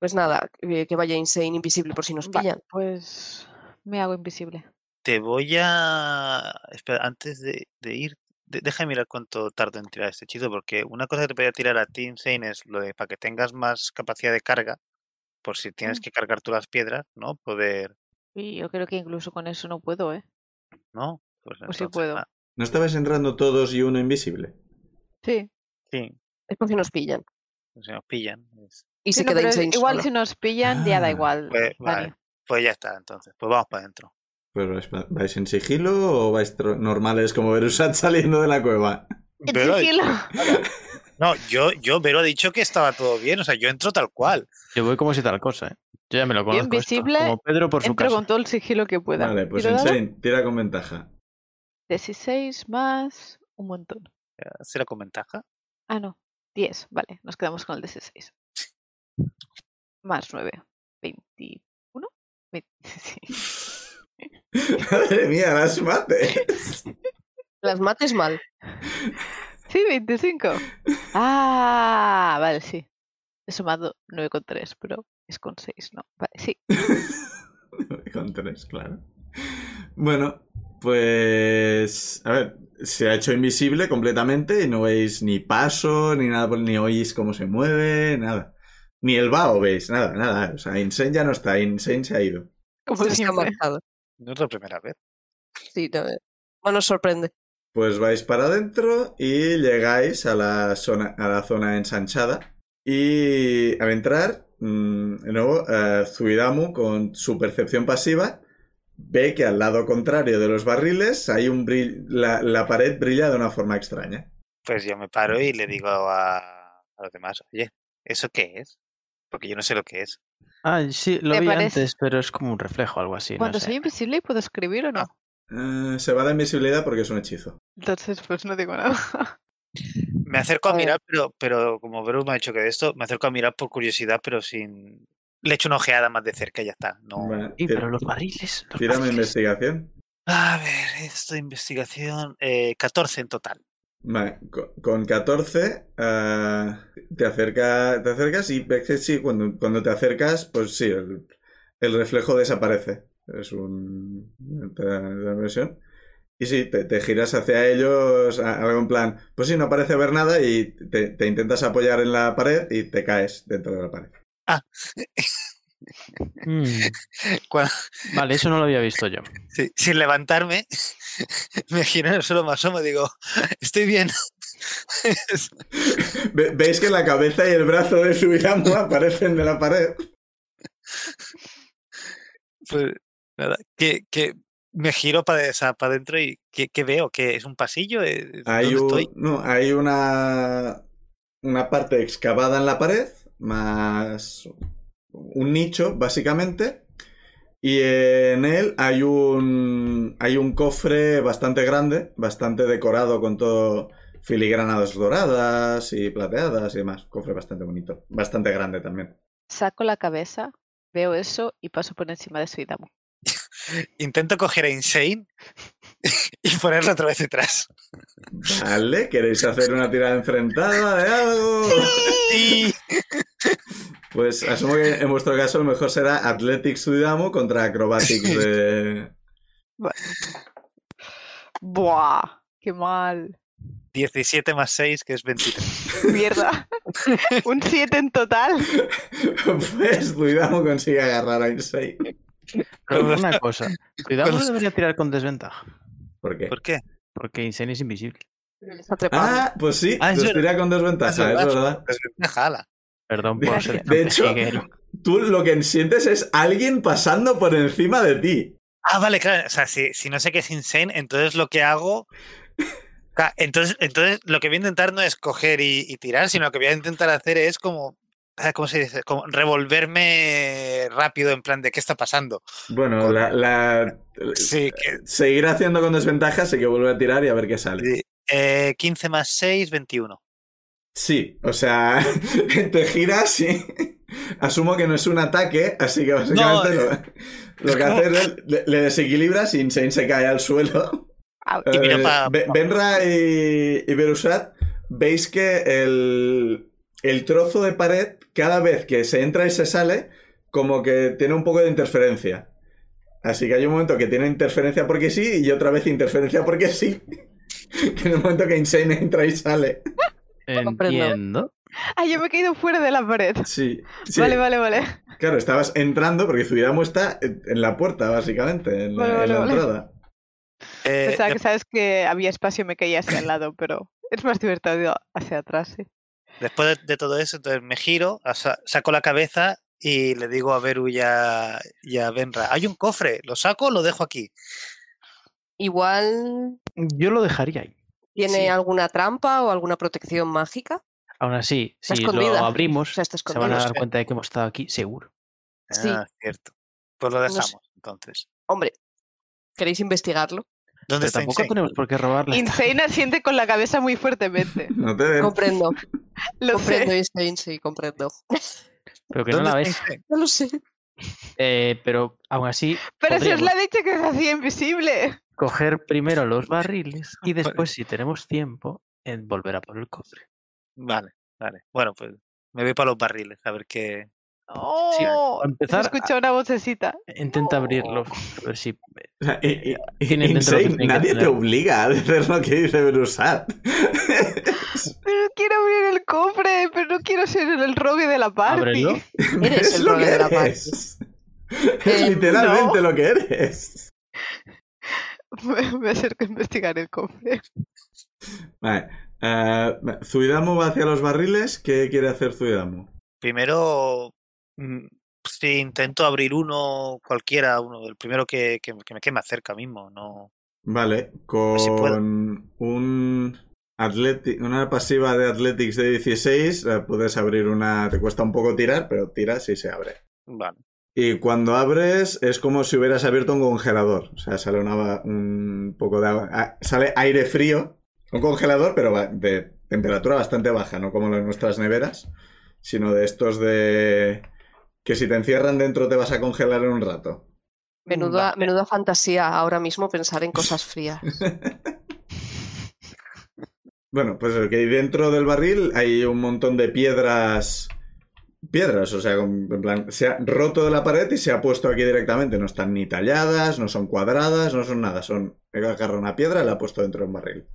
S3: Pues nada, eh, que vaya Insane invisible por si nos
S4: Va,
S3: pillan.
S4: pues me hago invisible.
S5: Te voy a. Espera, antes de, de ir, de- deja de mirar cuánto tardo en tirar este hechizo, porque una cosa que te podía tirar a ti, Insane, es lo de para que tengas más capacidad de carga, por si tienes
S4: Mm.
S5: que cargar tú las piedras, ¿no? Poder.
S4: Y yo creo que incluso con eso no puedo, ¿eh?
S5: ¿No? Pues
S4: Pues sí
S5: entonces,
S4: puedo.
S5: ah,
S1: ¿No estabais entrando todos y uno invisible?
S4: Sí.
S5: sí, pues
S3: Es por si nos pillan.
S5: si nos pillan. es-
S3: Y
S4: Sí,
S3: se
S4: no,
S3: queda
S4: pero
S3: Insane
S4: igual
S3: solo.
S4: si nos pillan, ya
S1: Ah,
S4: da igual.
S5: Pues,
S4: Dani.
S5: vale, pues ya está, entonces. Pues vamos para adentro.
S1: Pues vais, pa- ¿vais en sigilo o vais tro- normales como Berusat saliendo de la cueva?
S4: En
S5: Pero-
S4: sigilo.
S5: No, yo, yo, Vero ha dicho que estaba todo bien, o sea, yo entro tal cual.
S2: Yo voy como si tal cosa, ¿eh? Yo ya me lo conozco. esto,
S4: invisible,
S2: como Pedro por su
S4: Entro
S2: casa.
S4: con todo el sigilo que pueda.
S1: Vale, pues
S4: ¿Tiro dado?
S1: Insane, tira con ventaja.
S4: 16 más un montón.
S5: ¿Será con ventaja?
S4: Ah, no. 10. Vale, nos quedamos con el 16. Más 9. 21. Ve- sí.
S1: Madre mía, las mates.
S3: Las mates mal.
S4: Sí, 25. Ah, vale, sí. He sumado 9 con 3, pero es con 6, ¿no? Vale, sí.
S1: Con tres, claro. Bueno, pues. A ver, se ha hecho invisible completamente y no veis ni paso, ni nada, por- ni oís cómo se mueve, nada. Ni el vaho veis, nada, nada. O sea, Insane ya no está, Insane se ha ido.
S4: Como
S3: Se ha
S4: siempre.
S3: marchado.
S5: No es la primera vez.
S3: Sí, no, eh, no nos sorprende.
S1: Pues vais para adentro y llegáis a la zona, a la zona ensanchada. Y al entrar, mm, de nuevo, eh, Zuidamu, con su percepción pasiva, ve que al lado contrario de los barriles hay un brill- la, la pared brilla de una forma extraña.
S5: Pues yo me paro y le digo a, a los demás, oye, ¿eso qué es? Porque yo no sé lo que es.
S2: Ah, sí, lo
S4: Me
S2: vi
S4: parece-
S2: antes, pero es como un reflejo o algo así. No
S4: Cuando soy
S2: sé.
S4: invisible puedo escribir o no.
S1: Eh, se va la invisibilidad porque es un hechizo.
S4: Entonces, pues no digo nada.
S5: Me acerco a
S3: Joder.
S5: mirar, pero, pero como Vero me ha dicho que de esto, me acerco a mirar por curiosidad, pero sin... Le echo una ojeada más de cerca y ya está. No.
S1: Vale,
S2: Sí,
S1: tira-
S2: pero los barriles. los
S1: tírame
S2: barriles.
S1: investigación.
S5: A ver, esto de investigación, eh, 14 en total.
S1: Vale, co- con 14 eh, te, acerca, te acercas y ves que sí, cuando, cuando te acercas, pues sí, el, el reflejo desaparece. Es un, una versión. Y sí, te, te giras hacia ellos, a- algo en plan, pues sí, no parece ver nada y te, te intentas apoyar en la pared y te caes dentro de la pared.
S5: Cuando-
S2: Mm. Vale, eso no lo había visto yo.
S5: sí, sin levantarme, me giro en el suelo, me asomo y digo, estoy bien.
S1: Ve- Veis que la cabeza y el brazo de Suyamu aparecen de la pared.
S5: Pues nada, que, que me giro para adentro y ¿qué, qué veo? ¿Que es un pasillo? Eh,
S1: Hay,
S5: ¿dónde
S1: un-
S5: estoy?
S1: no, hay una, una parte excavada en la pared, más un nicho, básicamente. Y en él hay un, hay un cofre bastante grande, bastante decorado con todo filigranadas doradas y plateadas y demás. Cofre bastante bonito, bastante grande también.
S4: Saco la cabeza, veo eso y paso por encima de Suidamu.
S5: Intento coger a Insane y ponerlo otra vez detrás.
S1: Vale, ¿queréis hacer una tirada enfrentada de algo?
S5: Y
S1: Pues asumo que en vuestro caso lo mejor será Athletics Sudamu contra Acrobatics de...
S4: ¡Buah! ¡Qué mal!
S5: 17 más 6, que es 23.
S4: ¡Mierda! Un 7 en total.
S1: Pues Sudamu consigue agarrar a Insane.
S2: Pero
S5: Cuando-
S2: una cosa. Cuidado,
S5: cuando-
S2: debería tirar con desventaja.
S1: ¿Por qué?
S5: ¿Por qué?
S2: Porque Insane es invisible.
S3: Está trepado.
S1: Ah, pues sí,
S5: Ah, es
S1: los
S5: verdad.
S1: tira con desventaja, es verdad.
S5: Pues me jala.
S2: Perdón
S1: De-
S2: por ser
S4: de
S2: tan
S1: hecho-
S2: pejiguero.
S1: Tú lo que sientes es alguien pasando por encima de ti.
S5: Ah, vale, claro. O sea, si, si no sé qué es Insane, entonces lo que hago. Ca- Entonces, entonces lo que voy a intentar no es coger y, y tirar, sino lo que voy a intentar hacer es como. ah, ¿Cómo se dice? Como revolverme rápido en plan de qué está pasando.
S1: Bueno, la, la-
S5: Sí, que-
S1: seguir haciendo con desventaja, así que vuelve a tirar y a ver qué sale.
S5: eh, 15 más 6, 21.
S1: Sí, o sea, te giras y asumo que no es un ataque, así que básicamente
S5: No,
S1: lo, lo que
S5: como-
S1: haces es le, le desequilibras y Insane se cae al suelo.
S4: Ah,
S5: Y miro
S1: Eh,
S5: pa-
S1: Be- Benra y, y Berusat, veis que el, el trozo de pared, cada vez que se entra y se sale, como que tiene un poco de interferencia. Así que hay un momento que tiene interferencia porque sí y otra vez interferencia porque sí. Que en el momento que Insane entra y sale.
S3: comprendo.
S2: Entiendo.
S4: ah, yo me he caído fuera de la pared.
S1: Sí. sí.
S4: Vale, vale, vale.
S1: Claro, estabas entrando porque Zuidamu está en en la puerta, básicamente, en la,
S4: Vale,
S1: en la
S4: vale, vale.
S1: entrada.
S5: Eh,
S4: Pensaba
S5: de-
S4: que sabes que había espacio y me caía hacia el lado, pero es más divertido hacia atrás, sí.
S5: Después de, de todo eso, entonces me giro, a sa- saco la cabeza y le digo a Beru y a, y a Benra, hay un cofre, ¿lo saco o lo dejo aquí?
S3: Igual
S2: Yo lo dejaría ahí.
S3: tiene
S5: Sí.
S3: alguna trampa o alguna protección mágica.
S2: Aún así,
S3: Está
S2: si
S3: escondida.
S2: lo abrimos,
S3: O sea, está
S2: se van a
S5: escondida.
S2: dar cuenta de que hemos estado aquí, seguro.
S3: Sí.
S5: Ah, cierto. Pues lo
S3: sé.
S5: dejamos, entonces.
S3: Hombre, ¿queréis investigarlo?
S5: ¿Dónde
S2: Pero
S5: está
S2: tampoco
S5: Insane?
S2: tenemos por qué robarla.
S4: Insane asiente con la cabeza muy fuertemente.
S1: No te ven.
S3: Comprendo,
S4: Lo
S3: comprendo,
S4: sé.
S3: Einstein, sí, comprendo.
S2: Pero que no
S5: ¿Dónde
S2: la
S5: está
S2: ves.
S5: Insane?
S3: No lo sé.
S2: Eh, pero aún así,
S4: Pero si os
S2: podríamos
S4: la he dicho que se hacía invisible.
S2: coger primero los barriles y
S5: Vale.
S2: después, si tenemos tiempo, en volver a por el cofre.
S5: Vale, vale. Bueno, pues me voy para los barriles, a ver qué...
S4: Oh,
S2: para empezar,
S4: se escucha una vocecita.
S2: Intenta
S4: No.
S2: abrirlos. A ver si.
S1: I- I-
S2: Tienen dentro lo que
S1: Insane,
S2: tienen que
S1: nadie te
S2: tener.
S1: obliga a hacer lo que dice Berusat.
S4: Pero quiero abrir el cofre, pero no quiero ser el, el rogue de la party.
S2: Ábrelo.
S3: Eres
S1: es
S3: el
S1: lo
S3: rogue
S1: que
S3: de la paz.
S1: eres. Es
S3: Eh,
S1: literalmente
S4: no.
S1: lo que eres.
S4: Me, me acerco a investigar el cofre.
S1: Vale. eh, Zuidamu va hacia los barriles. ¿Qué quiere hacer Zuidamu?
S5: Primero, mm, si intento abrir uno, cualquiera, uno, el primero que, que, que me quema cerca mismo, no...
S1: Vale, con
S5: Pues si puedo.
S1: un atleti- una pasiva de Athletics de 16 eh, puedes abrir una... Te cuesta un poco tirar, pero tiras y se abre.
S5: Vale.
S1: Y cuando abres es como si hubieras abierto un congelador. O sea, sale una va- un poco de agua. ah, Sale aire frío. Un congelador, pero va- de temperatura bastante baja, no como las nuestras neveras, sino de estos de... que si te encierran dentro te vas a congelar en un rato.
S3: Menuda,
S5: Vale.
S3: menuda fantasía ahora mismo pensar en cosas frías.
S1: Bueno, pues el que hay dentro del barril hay un montón de piedras piedras, o sea, con- en plan, se ha roto de la pared y se ha puesto aquí directamente. No están ni talladas, no son cuadradas, no son nada. Son, he agarrado una piedra y la he puesto dentro de un barril.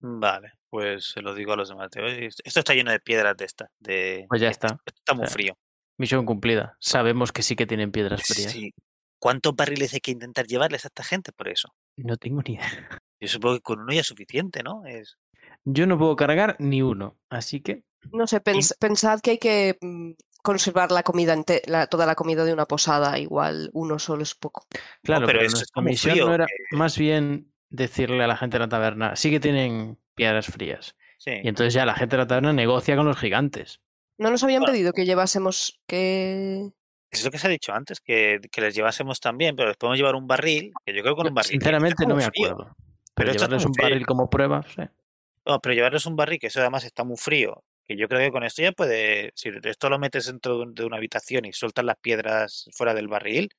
S5: Vale, pues se lo digo a los demás. digo, "Oye, Esto está lleno de piedras de esta. De...
S2: Pues ya
S5: esto-
S2: está.
S5: esto está muy
S2: Ya.
S5: frío.
S2: Misión cumplida. Sabemos que sí que tienen piedras frías.
S5: Sí. ¿Cuántos barriles hay que intentar llevarles a esta gente por eso?
S2: No tengo ni idea.
S5: Yo supongo que con uno ya es suficiente, ¿no? Es...
S2: Yo no puedo cargar ni uno, así que
S3: No sé, pens- pensad que hay que mm, conservar la comida ente- la- toda la comida de una posada, igual uno solo es poco.
S2: Claro, pero,
S5: pero eso
S2: nuestra
S5: está muy
S2: misión
S5: frío,
S2: no era más bien decirle a la gente de la taberna, sí que tienen piedras frías.
S5: Sí.
S2: Y entonces ya la gente de la taberna negocia con los gigantes.
S3: No nos habían
S5: Bueno.
S3: pedido que llevásemos que
S5: Es lo que se ha dicho antes, que, que les llevásemos también, pero les podemos llevar un barril, que yo creo que con
S2: Yo,
S5: un barril. tiene que estar
S2: Sinceramente no
S5: como
S2: me
S5: frío.
S2: acuerdo.
S5: Pero
S2: Pero,
S5: esto está
S2: llevarles
S5: muy
S2: un
S5: frío.
S2: barril como prueba, sí.
S5: No, pero llevarles un barril, que eso además está muy frío, que yo creo que con esto ya puede, si esto lo metes dentro de un- de una habitación y sueltas las piedras fuera del barril,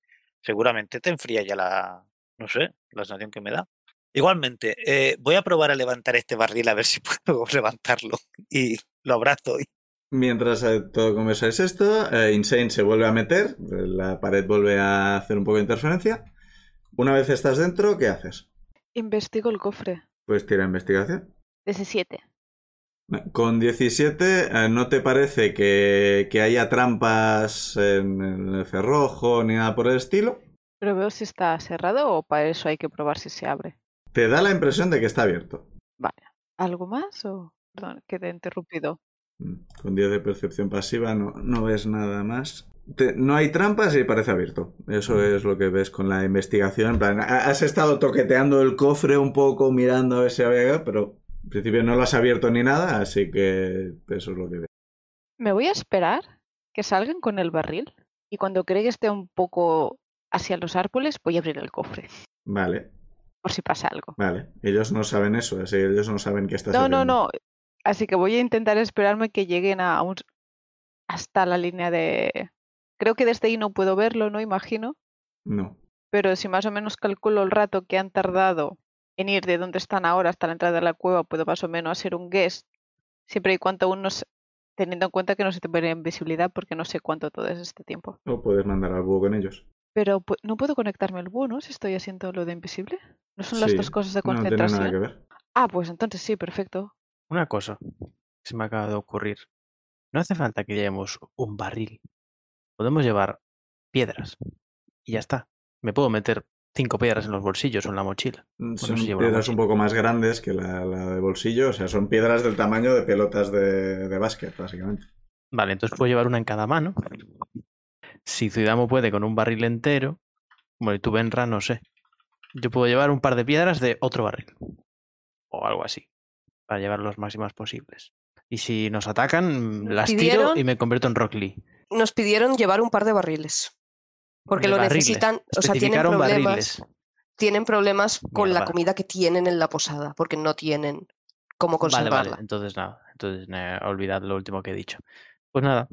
S5: seguramente te enfría ya la, no sé, la sensación que me da. Igualmente, eh, voy a probar a levantar este barril a ver si puedo levantarlo y lo abrazo. Y...
S1: Mientras eh, todo conversáis esto, eh, Insane se vuelve a meter, la pared vuelve a hacer un poco de interferencia. Una vez estás dentro, ¿qué haces?
S4: Investigo el cofre.
S1: Pues tira investigación.
S4: 17.
S1: Con 17, eh, ¿no te parece que, que haya trampas en, el cerrojo ni nada por el estilo?
S4: Pero veo si está cerrado o para eso hay que probar si se abre.
S1: Te da la impresión de que está abierto.
S4: ¿Algo más o...? Perdón, que te he interrumpido.
S1: Mm, Con 10 de percepción pasiva no, no ves nada más. Te- no hay trampas y parece abierto. Eso es lo que ves con la investigación. En plan, ha- has estado toqueteando el cofre un poco, mirando a ver si había, pero en principio no lo has abierto ni nada, así que eso es lo que ves.
S4: Me voy a esperar que salgan con el barril y cuando cree que esté un poco hacia los árboles voy a abrir el cofre
S1: Vale,
S4: por si pasa algo.
S1: vale. Ellos no saben eso, así que ellos no saben que estás
S4: No, no,
S1: abriendo.
S4: no. Así que voy a intentar esperarme que lleguen a un... hasta la línea de... Creo que desde ahí no puedo verlo, no imagino,
S1: No.
S4: pero si más o menos calculo el rato que han tardado en ir de donde están ahora hasta la entrada de la cueva, puedo más o menos hacer un guess, siempre y cuando uno se- teniendo en cuenta que no se te pone invisibilidad porque no sé cuánto todo es este tiempo.
S1: O puedes mandar al búho con ellos.
S4: Pero pu- no puedo conectarme al búho, ¿no? Si estoy haciendo lo de invisible. ¿No son las
S1: Sí,
S4: dos cosas de
S1: No tiene
S4: concentración?
S1: nada que ver.
S4: Ah, pues entonces sí, perfecto.
S2: Una cosa que se me acaba de ocurrir. No hace falta que llevemos un barril. Podemos llevar piedras. Y ya está. Me puedo meter cinco piedras en los bolsillos o en la mochila.
S1: Son
S2: sí, llevo la
S1: piedras un
S2: mochila.
S1: poco más grandes que la, la de bolsillo, o sea, son piedras del tamaño de pelotas de, de básquet, básicamente.
S2: Vale, entonces puedo llevar una en cada mano. Si Zuidamo puede con un barril entero, bueno, y tú Benra, no sé. Yo puedo llevar un par de piedras de otro barril. O algo así. Para llevar los máximas posibles. Y si nos atacan, mm,
S3: Nos
S2: las tiro y
S3: pidieron-
S2: me convierto en Rock Lee.
S3: nos pidieron llevar un par de barriles. Porque
S2: De
S3: lo
S2: barriles.
S3: necesitan, o sea, tienen
S2: Especificaron
S3: problemas,
S2: barriles.
S3: tienen problemas con la
S2: Mierda.
S3: comida que tienen en la posada, porque no tienen cómo
S2: Vale,
S3: conservarla.
S2: vale. Entonces nada. Entonces nah, olvidad lo último que he dicho. Pues nada,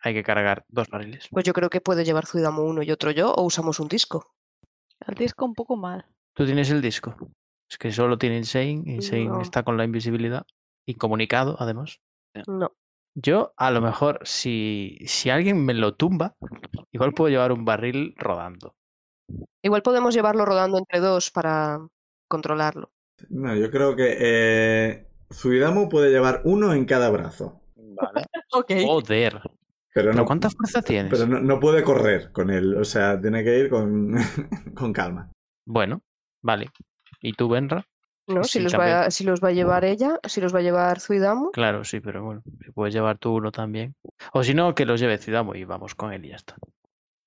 S2: hay que cargar dos barriles.
S3: Pues yo creo que puede llevar Zuidamo uno y otro yo, o usamos un disco.
S4: El disco un poco mal.
S2: Tú tienes el disco. Es que solo tiene Insane. Insane
S3: No.
S2: está con la invisibilidad. Incomunicado, además.
S3: No.
S2: Yo, a lo mejor, si, si alguien me lo tumba, igual puedo llevar un barril rodando.
S3: Igual podemos llevarlo rodando entre dos para controlarlo.
S1: No, yo creo que eh, Zuidamu puede llevar uno en cada brazo,
S5: Vale.
S3: Ok.
S2: Joder.
S1: pero
S2: ¿Pero
S1: no,
S2: cuánta fuerza tienes?
S1: pero no, no puede correr con él, o sea, tiene que ir con, con calma.
S2: Bueno, vale. ¿Y tú, Benra?
S3: ¿no?
S2: sí,
S3: Si, los
S2: también.
S3: va, si los va a llevar ella, si los va a llevar Zuidamo.
S2: Claro, sí, pero bueno, si puedes llevar tú uno también. O si no, que los lleve Zidamo y vamos con él y ya está. Pues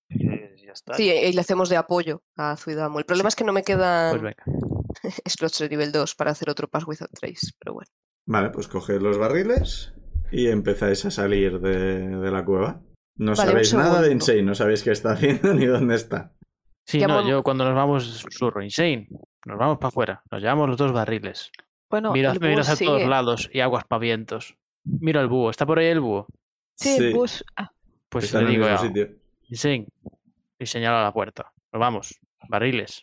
S5: Eh, ya está.
S3: Sí, y le hacemos de apoyo a Zuidamo. El problema es que no me
S2: Pues
S3: quedan
S2: venga.
S3: slots de nivel 2 para hacer otro Pass Without Trace, pero bueno.
S1: Vale, pues coged los barriles y empezáis a salir de, de la cueva. No
S3: Vale, un
S1: sabéis nada de
S3: segundo.
S1: Insane, no sabéis qué está haciendo ni dónde está.
S2: Sí,
S3: Ya
S2: no,
S3: vol-
S2: yo cuando nos vamos, susurro, Insane. Nos vamos para afuera. Nos llevamos los dos barriles.
S4: Bueno,
S2: Miro-
S4: el
S2: me
S4: búho
S2: miras a todos
S4: sigue.
S2: lados y aguas pavientos. Miro al búho. ¿Está por ahí el búho?
S4: Sí, el bus. ah,
S2: Pues
S1: está
S2: le
S1: en el
S2: digo,
S1: mismo
S2: "Ah,
S1: sitio.
S2: Insane. Y señalo a la puerta. Nos vamos. Barriles.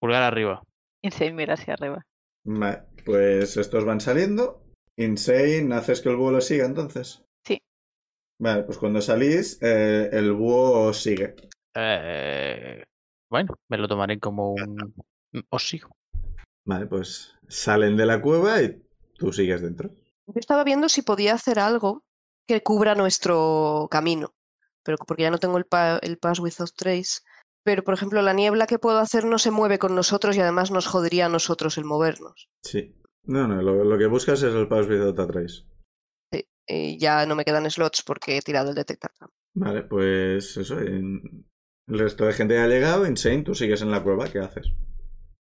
S2: Pulgar arriba.
S4: Insane mira hacia arriba.
S1: Vale, pues estos van saliendo. Insane, ¿haces que el búho lo siga entonces?
S4: Sí.
S1: Vale, pues cuando salís, eh, el búho os sigue.
S2: Eh, bueno, me lo tomaré como un. Os sigo.
S1: Vale, pues salen de la cueva y tú sigues dentro.
S3: Yo estaba viendo si podía hacer algo que cubra nuestro camino, pero porque ya no tengo el, pa- el Pass Without Trace. Pero, por ejemplo, la niebla que puedo hacer no se mueve con nosotros y además nos jodería a nosotros el movernos.
S1: Sí. No, no, lo, lo que buscas es el Paus Without Trace.
S3: Y ya no me quedan slots porque he tirado el detectar Trampa.
S1: Vale, pues eso. en- El resto de gente ya ha llegado. Insane, tú sigues en la cueva. ¿Qué haces?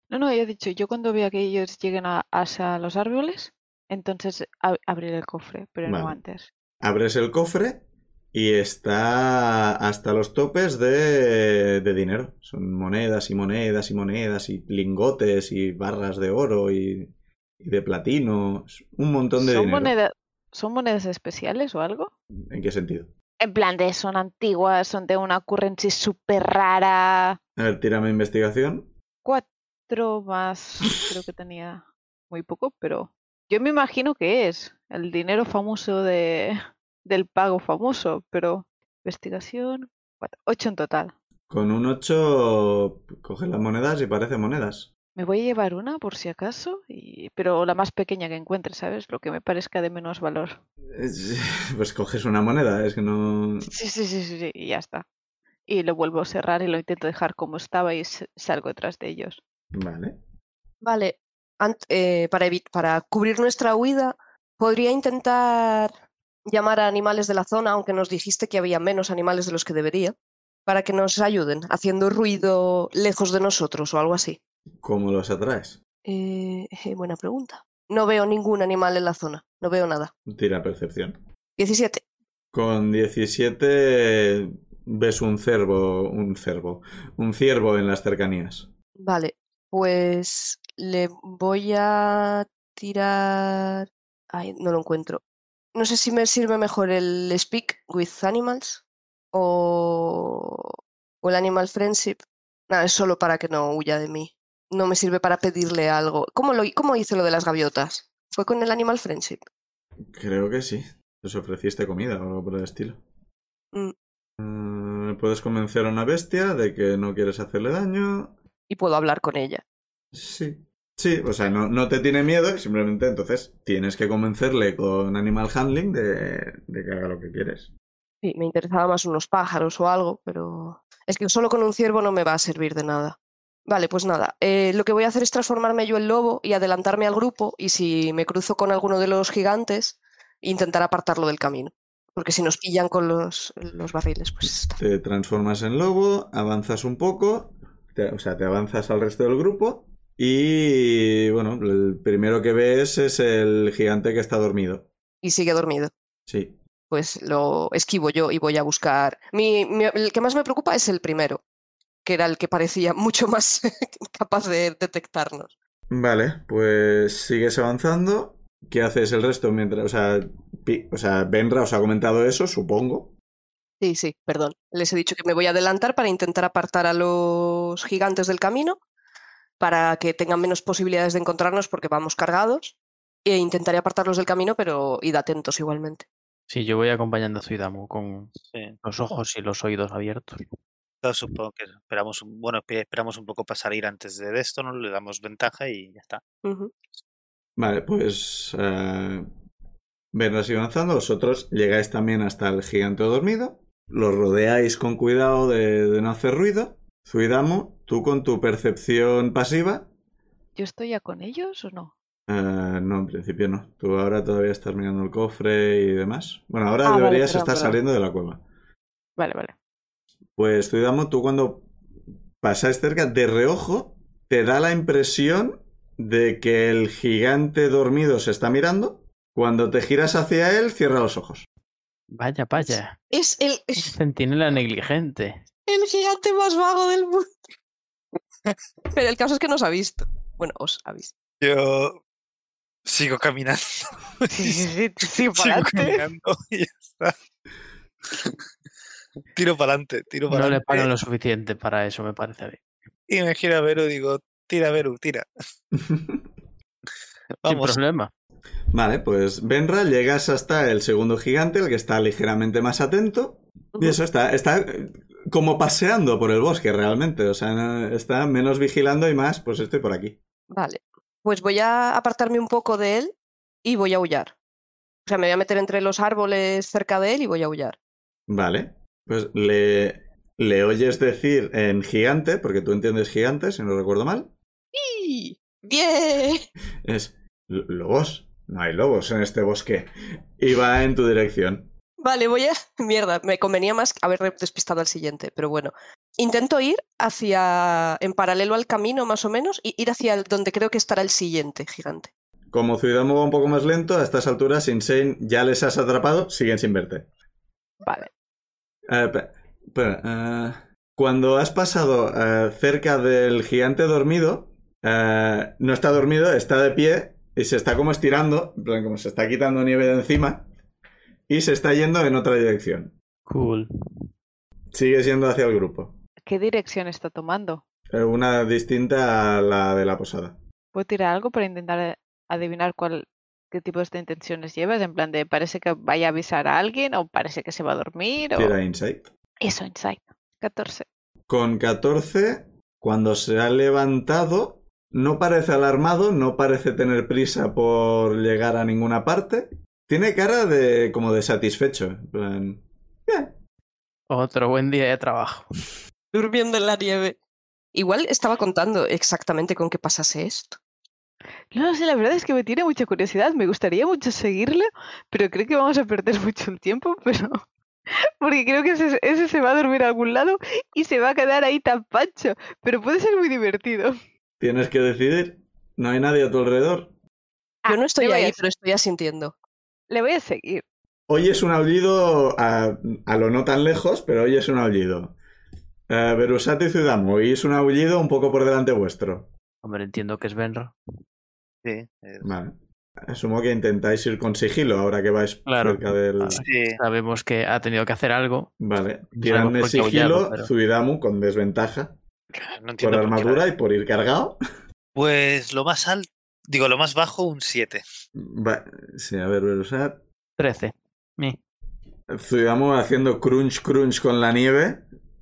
S4: No, no, ya he dicho, yo cuando vea que ellos lleguen a, hacia los árboles, entonces ab- abriré el cofre, pero no
S1: Vale.
S4: antes.
S1: Abres el cofre y está hasta los topes de, de dinero. Son monedas y monedas y monedas y lingotes y barras de oro y, y de platino. Es Un montón de
S4: ¿Son,
S1: dinero.
S4: moneda- ¿Son monedas especiales o algo?
S1: ¿En qué sentido?
S4: En plan de son antiguas, son de una currency súper rara.
S1: A ver, tírame investigación.
S4: Cuatro más, creo que tenía muy poco, pero yo me imagino que es el dinero famoso de, del pago famoso, pero investigación, cuatro- ocho en total.
S1: Con un 8 coges las monedas y parece monedas.
S4: Me voy a llevar una por si acaso, y... pero la más pequeña que encuentre, ¿sabes? Lo que me parezca de menos valor.
S1: Es- Pues coges una moneda, es que no...
S4: Sí, sí, sí, sí, sí, y ya está. Y lo vuelvo a cerrar y lo intento dejar como estaba y s- salgo detrás de ellos.
S1: Vale.
S3: Vale, ant- eh, para, evi- para cubrir nuestra huida, podría intentar llamar a animales de la zona, aunque nos dijiste que había menos animales de los que debería, para que nos ayuden, haciendo ruido lejos de nosotros o algo así.
S1: ¿Cómo los atraes?
S3: Eh, eh, buena pregunta. No veo ningún animal en la zona, no veo nada.
S1: Tira percepción.
S3: 17.
S1: Con 17 ves un cervo, un cervo, un ciervo en las cercanías.
S3: Vale, pues le voy a tirar... Ay, no lo encuentro. No sé si me sirve mejor el Speak with Animals o, o el Animal Friendship. Nada, es solo para que no huya de mí. No me sirve para pedirle algo. ¿Cómo, lo, hi- cómo hice lo de las gaviotas? ¿Fue con el Animal Friendship?
S1: Creo que sí. Les ofreciste comida o algo por el estilo.
S3: Mm.
S1: Eh, Puedes convencer a una bestia de que no quieres hacerle daño.
S3: Y puedo hablar con ella.
S1: Sí. Sí, o sea, no, no te tiene miedo, simplemente entonces tienes que convencerle con Animal Handling de, de que haga lo que quieres.
S3: Sí, me interesaba más unos pájaros o algo, pero es que solo con un ciervo no me va a servir de nada. Vale, pues nada. eh, lo que voy a hacer es transformarme yo en lobo y adelantarme al grupo y si me cruzo con alguno de los gigantes, intentar apartarlo del camino. Porque si nos pillan con los, los barriles, pues está.
S1: Te transformas en lobo, avanzas un poco, te- o sea, te avanzas al resto del grupo y, bueno, el primero que ves es el gigante que está dormido.
S3: Y sigue dormido.
S1: Sí.
S3: Pues lo esquivo yo y voy a buscar. Mi- mi- el que más me preocupa es el primero, que era el que parecía mucho más capaz de detectarnos.
S1: Vale, pues sigues avanzando. ¿Qué haces el resto mientras, o sea, Pi- o sea, Benra os ha comentado eso, supongo?
S3: Sí, sí, perdón. Les he dicho que me voy a adelantar para intentar apartar a los gigantes del camino, para que tengan menos posibilidades de encontrarnos porque vamos cargados. E intentaré apartarlos del camino, pero id atentos igualmente.
S2: Sí, yo voy acompañando a Zuidamu con
S5: Sí,
S2: los ojos y los oídos abiertos.
S5: yo supongo que esperamos un, bueno, que esperamos un poco para salir antes de esto, ¿no? Le damos ventaja y ya está.
S3: Ujú.
S1: Vale, pues eh, Benra sigue avanzando, vosotros llegáis también hasta el gigante dormido, los rodeáis con cuidado de, de no hacer ruido. Zuidamu, tú con tu percepción pasiva,
S4: ¿Yo estoy ya con ellos o no?
S1: eh, no, en principio no, tú ahora todavía estás mirando el cofre y demás. Bueno, ahora
S4: Ah, vale,
S1: deberías
S4: perdón,
S1: estar
S4: perdón.
S1: saliendo de la cueva.
S4: Vale, vale.
S1: Pues Zuidamo, tú cuando pasas cerca de reojo, te da la impresión de que el gigante dormido se está mirando. Cuando te giras hacia él, cierra los ojos.
S2: Vaya, vaya.
S3: Es el,
S2: Un centinela negligente.
S3: el gigante más vago del mundo. Pero el caso es que nos ha visto. Bueno, os ha visto.
S5: Yo sigo caminando.
S4: Sí, sí, sí, sí,
S5: Sigo
S4: para adelante.
S5: caminando y ya está. Tiro para adelante, tiro para
S2: No le
S5: adelante.
S2: pagan lo suficiente para eso, me parece a mí.
S5: Y me giro a Veru y digo, tira Veru, tira.
S2: Sin
S5: Vamos.
S2: problema.
S1: Vale, pues Benra, llegas hasta el segundo gigante, el que está ligeramente más atento. Y eso está, está eh, como paseando por el bosque realmente. O sea, no- está menos vigilando y más, pues estoy por aquí.
S3: Vale. Pues voy a apartarme un poco de él y voy a aullar. O sea, me voy a meter entre los árboles cerca de él y voy a aullar.
S1: Vale. Pues le, le oyes decir en gigante, porque tú entiendes gigante, si no recuerdo mal.
S3: ¡Y! ¡Bien!
S1: Es "L- lobos. No hay lobos en este bosque. Y va en tu dirección.
S3: Vale, voy a... Mierda, me convenía más haber despistado al siguiente, pero bueno. Intento ir hacia... en paralelo al camino, más o menos, y ir hacia el- donde creo que estará el siguiente gigante.
S1: Como Zuidamo va un poco más lento, a estas alturas, Insane ya les has atrapado, siguen sin verte.
S4: Vale.
S1: Eh, pe- espera, eh, cuando has pasado eh, cerca del gigante dormido, eh, no está dormido, está de pie y se está como estirando, en plan, como se está quitando nieve de encima y se está yendo en otra dirección.
S2: Cool.
S1: Sigue yendo hacia el grupo.
S4: ¿Qué dirección está tomando?
S1: Eh, Una distinta a la de la posada.
S4: ¿Puedo tirar algo para intentar eh, adivinar cuál, qué tipo de intenciones llevas? En plan de, ¿parece que vaya a avisar a alguien o parece que se va a dormir? O...
S1: Tira insight.
S4: Eso, insight. 14.
S1: Con 14, cuando se ha levantado, no parece alarmado, no parece tener prisa por llegar a ninguna parte. Tiene cara de como de satisfecho. en plan, "Bien".
S2: Otro buen día de trabajo.
S3: Durmiendo en la nieve. Igual estaba contando exactamente con que pasase esto.
S4: No sé, la verdad es que me tiene mucha curiosidad. Me gustaría mucho seguirle, pero creo que vamos a perder mucho el tiempo, pero... Porque creo que ese, ese se va a dormir a algún lado y se va a quedar ahí tan pancho. Pero puede ser muy divertido.
S1: Tienes que decidir. No hay nadie a tu alrededor.
S4: Ah,
S3: Yo no estoy
S4: le voy a
S3: ahí,
S4: se-
S3: pero estoy asintiendo.
S4: Le voy a seguir.
S1: Oyes un aullido a, a lo no tan lejos, pero oyes un aullido. Eh, Berusati y Zuidamu, oís un aullido un poco por delante vuestro.
S2: Hombre, entiendo que es Benra.
S5: Sí, eh,
S1: Vale. Asumo que intentáis ir con sigilo ahora que vais
S2: Claro.
S1: cerca del...
S2: Vale.
S5: sí.
S2: Sabemos que ha tenido que hacer algo.
S1: Vale,
S2: No
S1: tiradme
S2: sabemos por qué
S1: sigilo,
S2: aullado, pero-
S1: Zuidamu con desventaja
S5: No
S1: por
S5: entiendo por qué
S1: armadura
S5: la-
S1: y por ir cargado.
S5: Pues lo más alto, digo, lo más bajo, un 7.
S1: Va- Sí, a ver, Berusat.
S2: 13. Mi.
S1: Zuidamu haciendo crunch crunch con la nieve.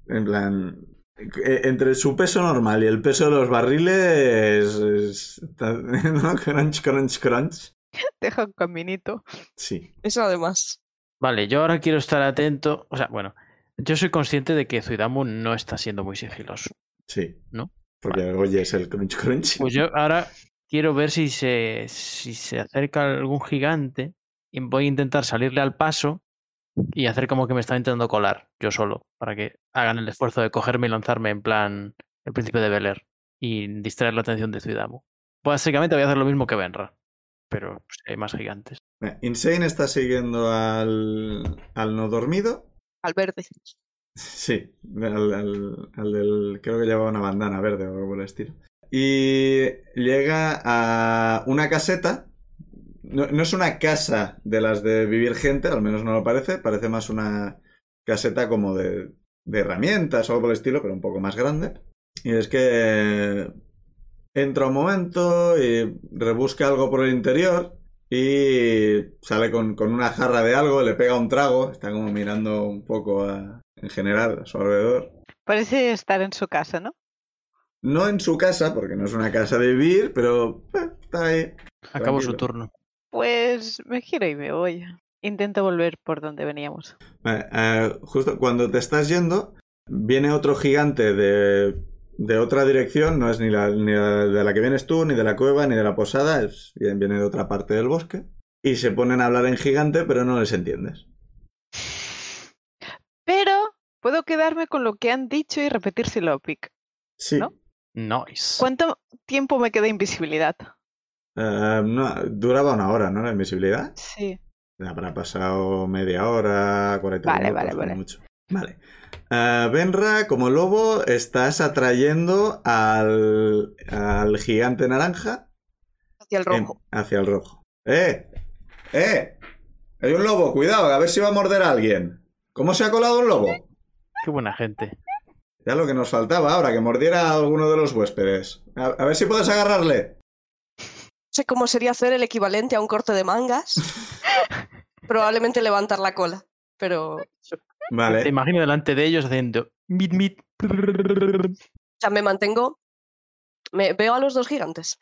S1: En plan. e- Entre su peso normal y el peso de los barriles. es- está- ¿no? Crunch, crunch, crunch.
S4: Deja un caminito.
S1: Sí.
S3: Eso además.
S2: Vale, yo ahora quiero estar atento. O sea, bueno, yo soy consciente de que Zuidamu no está siendo muy sigiloso.
S1: Sí.
S2: ¿No?
S1: Porque oyes el crunch crunch.
S2: Pues yo ahora quiero ver si se, si se acerca algún gigante y voy a intentar salirle al paso y hacer como que me está intentando colar yo solo para que hagan el esfuerzo de cogerme y lanzarme en plan el príncipe de Bel Air y distraer la atención de Zuidamu. Básicamente voy a hacer lo mismo que Benra, pero pues, hay más gigantes.
S1: Eh, Insane está siguiendo al. al no dormido.
S3: Al verde.
S1: Sí, al, al- al del. Creo que llevaba una bandana verde o algo por el estilo. Y llega a una caseta. No, no es una casa de las de vivir gente, al menos no lo parece. Parece más una caseta como de, de herramientas o algo por el estilo, pero un poco más grande. Y es que. Entra un momento y rebusca algo por el interior. Y sale con, con una jarra de algo, le pega un trago, está como mirando un poco a- en general a su alrededor.
S4: Parece estar en su casa, ¿no?
S1: No en su casa, porque no es una casa de vivir, pero eh, está ahí.
S2: Acabo su
S1: Tranquilo.
S2: turno.
S4: Pues me giro y me voy. Intento volver por donde veníamos.
S1: Vale, eh, justo cuando te estás yendo, viene otro gigante de, de otra dirección, no es ni, la, ni la- de la que vienes tú, ni de la cueva, ni de la posada, es- viene de otra parte del bosque. Y se ponen a hablar en gigante, pero no les entiendes.
S4: Pero puedo quedarme con lo que han dicho y repetírselo, Pic.
S1: Sí.
S4: ¿No?
S2: Nice.
S4: ¿Cuánto tiempo me queda invisibilidad?
S1: Eh, no, duraba una hora, ¿no? La invisibilidad.
S4: Sí.
S1: Habrá pasado media hora, 40
S4: Vale,
S1: minutos,
S4: vale,
S1: como
S4: vale.
S1: mucho. Vale. Ah, Benra, como lobo, estás atrayendo al, al gigante naranja
S3: Hacia el
S1: en-
S3: rojo.
S1: hacia el rojo. ¡Eh! ¡Eh! Hay un lobo, cuidado, a ver si va a morder a alguien. ¿Cómo se ha colado un lobo?
S2: Qué buena gente.
S1: Ya lo que nos faltaba ahora, que mordiera a alguno de los huéspedes. A, a ver si puedes agarrarle.
S3: sé cómo sería hacer el equivalente a un corte de mangas. Probablemente levantar la cola, pero... O
S2: Te
S1: Vale.
S2: imagino delante de ellos haciendo mit mit. prrrr.
S3: sea, me mantengo... Me veo a los dos gigantes.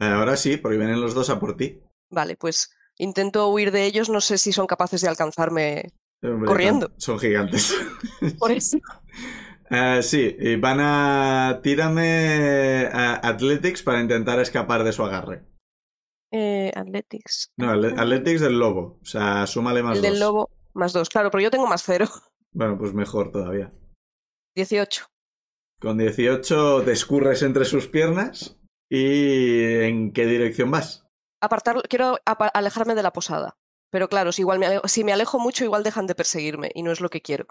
S1: eh, Ahora sí, porque vienen los dos a por ti.
S3: Vale, pues intento huir de ellos. No sé si son capaces de alcanzarme
S1: Hombre,
S3: Corriendo.
S1: tan- Son gigantes.
S3: por eso.
S1: Eh, sí, y van a. Tírame a Athletics para intentar escapar de su agarre.
S3: Eh, athletics.
S1: No, athle- Athletics del lobo. O sea, súmale más
S3: El del
S1: dos.
S3: lobo, más dos. Claro, pero yo tengo más cero.
S1: Bueno, pues mejor todavía.
S3: 18.
S1: Con 18 te escurres entre sus piernas. ¿Y en qué dirección vas?
S3: Apartar, quiero apa- alejarme de la posada. Pero claro, si, igual me ale- si me alejo mucho, igual dejan de perseguirme y no es lo que quiero.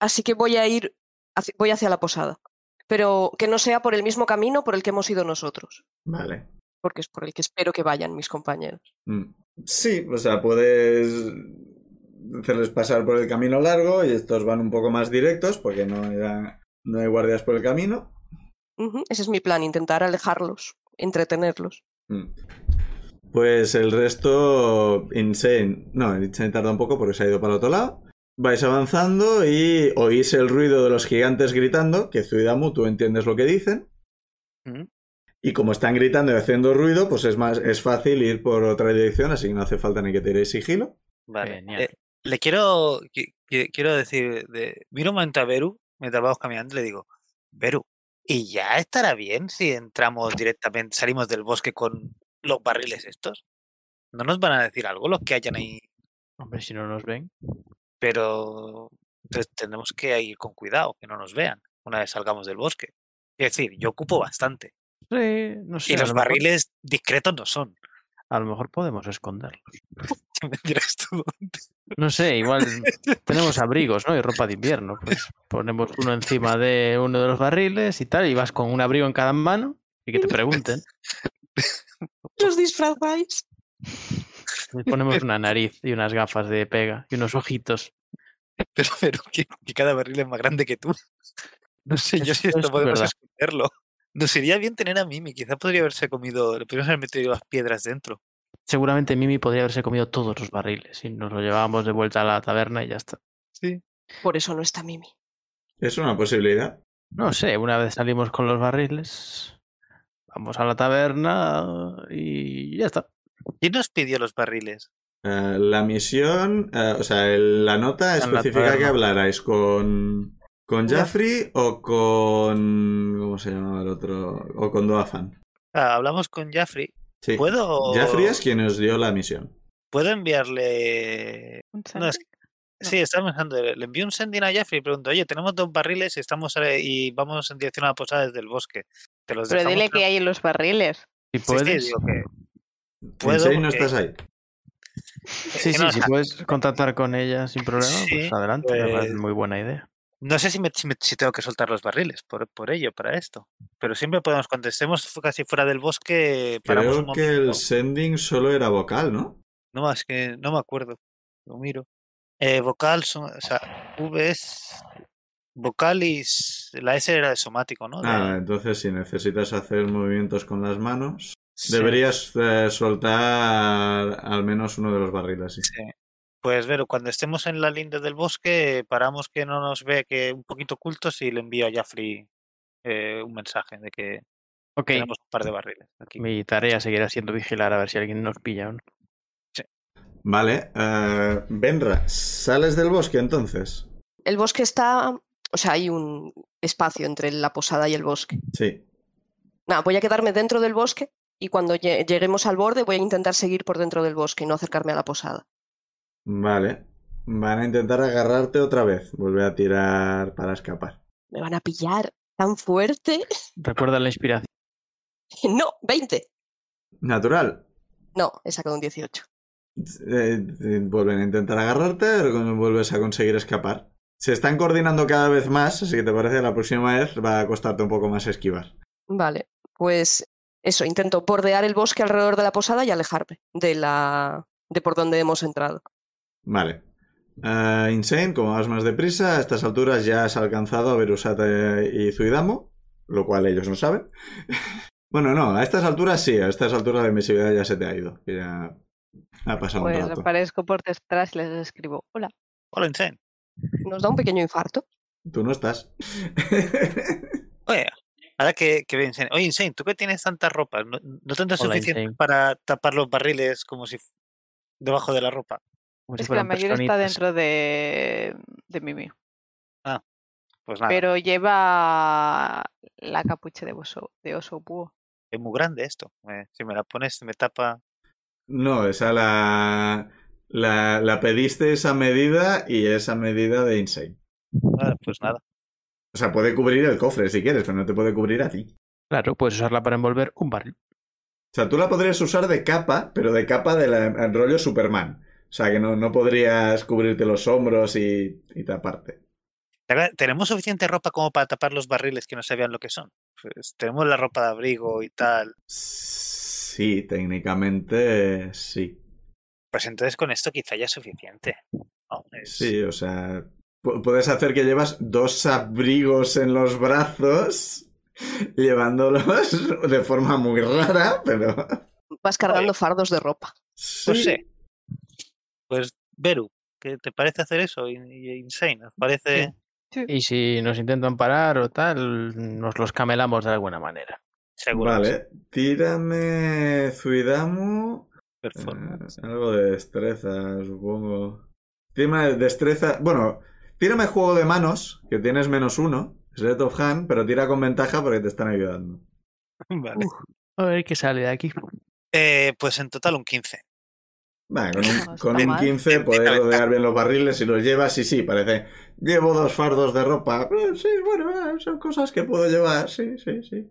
S3: Así que voy a ir, hacia- voy hacia la posada. Pero que no sea por el mismo camino por el que hemos ido nosotros.
S1: Vale.
S3: Porque es por el que espero que vayan mis compañeros.
S1: Mm. Sí, o sea, puedes hacerles pasar por el camino largo y estos van un poco más directos porque no, era- no hay guardias por el camino.
S3: Ujú, Ese es mi plan, intentar alejarlos, entretenerlos.
S1: Mm. Pues el resto, Insane. No, Insane tarda un poco porque se ha ido para otro lado. Vais avanzando y oís el ruido de los gigantes gritando, que Zuidamu, tú entiendes lo que dicen.
S5: Ujú.
S1: Y como están gritando y haciendo ruido, pues es más es fácil ir por otra dirección, así que no hace falta ni que tiréis sigilo.
S5: Vale.
S2: Genial.
S5: Eh, le quiero, qui- qui- quiero decir, de, miro un momento a Beru, mientras vamos caminando, y le digo, Beru, ¿y ya estará bien si entramos directamente, salimos del bosque con los barriles estos? No nos van a decir algo los que hayan ahí,
S2: Hombre, si no nos ven.
S5: pero entonces tendremos que ir con cuidado, que no nos vean una vez salgamos del bosque. Es decir, yo ocupo bastante.
S2: Sí, no sé.
S5: y
S2: a
S5: los
S2: lo mejor-
S5: barriles discretos no son.
S2: A lo mejor podemos esconderlos.
S5: Ya me dirás tú.
S2: No sé, igual tenemos abrigos, ¿no? Y ropa de invierno. Pues ponemos uno encima de uno de los barriles y tal, y vas con un abrigo en cada mano y que te pregunten.
S3: ¿Los disfrazáis?
S2: Le ponemos una nariz y unas gafas de pega y unos ojitos.
S5: Pero, pero que, que cada barril es más grande que tú. No sé yo si
S2: Eso
S5: esto
S2: es
S5: podemos
S2: verdad.
S5: esconderlo. Nos iría bien tener a Mimi. Quizás podría haberse comido, le podríamos haber metido las piedras dentro.
S2: Seguramente Mimi podría haberse comido todos los barriles y nos lo llevábamos de vuelta a la taberna y ya está.
S3: Por eso no está Mimi.
S1: Es una posibilidad.
S2: No sé, una vez salimos con los barriles, vamos a la taberna y ya está.
S5: ¿Quién nos pidió los barriles?
S1: Eh, la misión, eh, o sea, el- la nota
S2: En la
S1: especifica que
S2: taberna.
S1: hablarais con, con
S3: Ya.
S1: Jaffrey o con... ¿Cómo se llamaba el otro? O con Doafan.
S5: Ah, hablamos con Jaffrey.
S2: Eh,
S1: Sí.
S5: ¿Puedo,
S1: Jaffrey es quien os dio la misión.
S5: ¿Puedo enviarle...?
S4: Un
S5: No, es-
S4: sandwich. no.
S5: Sí, estaba pensando. Le le envío un sending a Jaffrey y pregunto, oye, tenemos dos barriles y, estamos, eh, y vamos en dirección a la posada desde el bosque. Te los
S4: Pero
S5: dejamos
S4: dile
S5: en-
S4: que hay en los barriles.
S2: Si
S5: Sí, sí,
S2: puedes,
S5: digo que- Puedo,
S1: Insane no
S5: porque-
S1: estás ahí.
S2: sí,
S5: que
S2: sí,
S5: no,
S2: si
S5: o sea,
S2: puedes contactar con ella sin problema,
S5: Sí,
S2: pues adelante, me parece
S5: pues-
S2: muy buena idea.
S5: No sé si, me, si me- si tengo que soltar los barriles por, por ello, para esto. Pero siempre podemos, cuando estemos fu- casi fuera del bosque, paramos un
S1: Creo que el
S5: momento.
S1: sending solo era vocal, ¿no?
S5: No más que no me acuerdo. Lo miro. Eh, vocal, so- o sea, V es. Vocal y s- la S era de somático, ¿no? De-
S1: Ah, entonces si necesitas hacer movimientos con las manos,
S5: sí,
S1: deberías eh, soltar al menos uno de los barriles. sí.
S5: sí. Pues Vero, cuando estemos en la linda del bosque, paramos que no nos ve, que un poquito ocultos y le envío a Jaffrey eh, un mensaje de que
S2: Ok,
S5: tenemos un par de barriles aquí.
S2: mi tarea seguirá siendo vigilar a ver si alguien nos pilla o no.
S1: Vale. eh, Benra, ¿sales del bosque entonces?
S3: El bosque está... O sea, hay un espacio entre la posada y el bosque.
S1: Sí.
S3: Nada, voy a quedarme dentro del bosque y cuando lle- lleguemos al borde voy a intentar seguir por dentro del bosque y no acercarme a la posada.
S1: Vale. Van a intentar agarrarte otra vez. Vuelve a tirar para escapar.
S3: ¿Me van a pillar tan fuerte?
S2: Recuerda la inspiración.
S3: No, 20.
S1: Natural.
S3: No, he sacado un 18.
S1: Eh, eh, vuelven a intentar agarrarte, pero cuando vuelves a conseguir escapar. Se están coordinando cada vez más, así que te parece que la próxima vez va a costarte un poco más esquivar.
S3: Vale, pues eso, intento bordear el bosque alrededor de la posada y alejarme de la de por donde hemos entrado.
S1: Vale. Eh, Insane, como vas más deprisa, a estas alturas ya has alcanzado a Verusat eh, y Zuidamo, lo cual ellos no saben. Bueno, no, a estas alturas sí, a estas alturas la invisibilidad ya se te ha ido, que ya ha pasado
S4: Pues
S1: un rato.
S4: aparezco por detrás y les escribo, hola.
S5: Hola, Insane.
S3: Nos da un pequeño infarto.
S1: Tú no estás.
S5: Oye, ahora que, que ve Insane. Oye, Insane, ¿tú qué tienes tanta ropa? ¿No, no tendrás
S2: Hola,
S5: suficiente
S2: Insane.
S5: para tapar los barriles como si fu- debajo de la ropa?
S2: como si
S4: Es que
S2: fueran
S4: la mayoría está
S2: personitas.
S4: dentro de, de Mimi,
S5: Pues nada,
S4: pero lleva la capucha de oso, de oso búho.
S5: es muy grande esto. Eh, si me la pones, me tapa.
S1: No, esa la, la, la pediste esa medida y esa medida de Insane.
S5: Ah, pues nada.
S1: O sea, puede cubrir el cofre si quieres, pero no te puede cubrir a ti.
S2: Claro, puedes usarla para envolver un barril.
S1: O sea, tú la podrías usar de capa, pero de capa del rollo Superman. O sea, que no, no podrías cubrirte los hombros y, y taparte.
S5: La verdad, Tenemos suficiente ropa como para tapar los barriles que no se vean lo que son. Pues, tenemos la ropa de abrigo y tal.
S1: Sí, técnicamente eh, sí.
S5: Pues entonces con esto quizá ya es suficiente. No, es-
S1: Sí, o sea, pu- puedes hacer que llevas dos abrigos en los brazos, llevándolos de forma muy rara, pero...
S3: Vas cargando fardos de ropa.
S5: No
S1: sí.
S5: sé. Pues, Beru, ¿qué te parece hacer eso? In- in- Insane, ¿os parece?
S2: Y si nos intentan parar o tal, nos los camelamos de alguna manera.
S5: Seguro. que sí.
S1: Vale, tírame Zuidamu. eh,
S5: Performance.
S1: algo de destreza, supongo. Tírame destreza. Bueno, tírame juego de manos, que tienes menos uno. Set of hand, pero tira con ventaja porque te están ayudando. eh,
S5: Vale.
S2: A ver qué sale de aquí.
S5: Eh, pues en total un 15.
S1: Vale, con
S4: No
S1: un,
S4: está
S1: con un
S4: mal.
S1: 15
S5: Tiene
S1: poder
S5: ventaja.
S1: rodear bien los barriles si los llevas y sí, parece. Llevo dos fardos de ropa. Eh, Sí, bueno, eh, son cosas que puedo llevar, sí, sí, sí.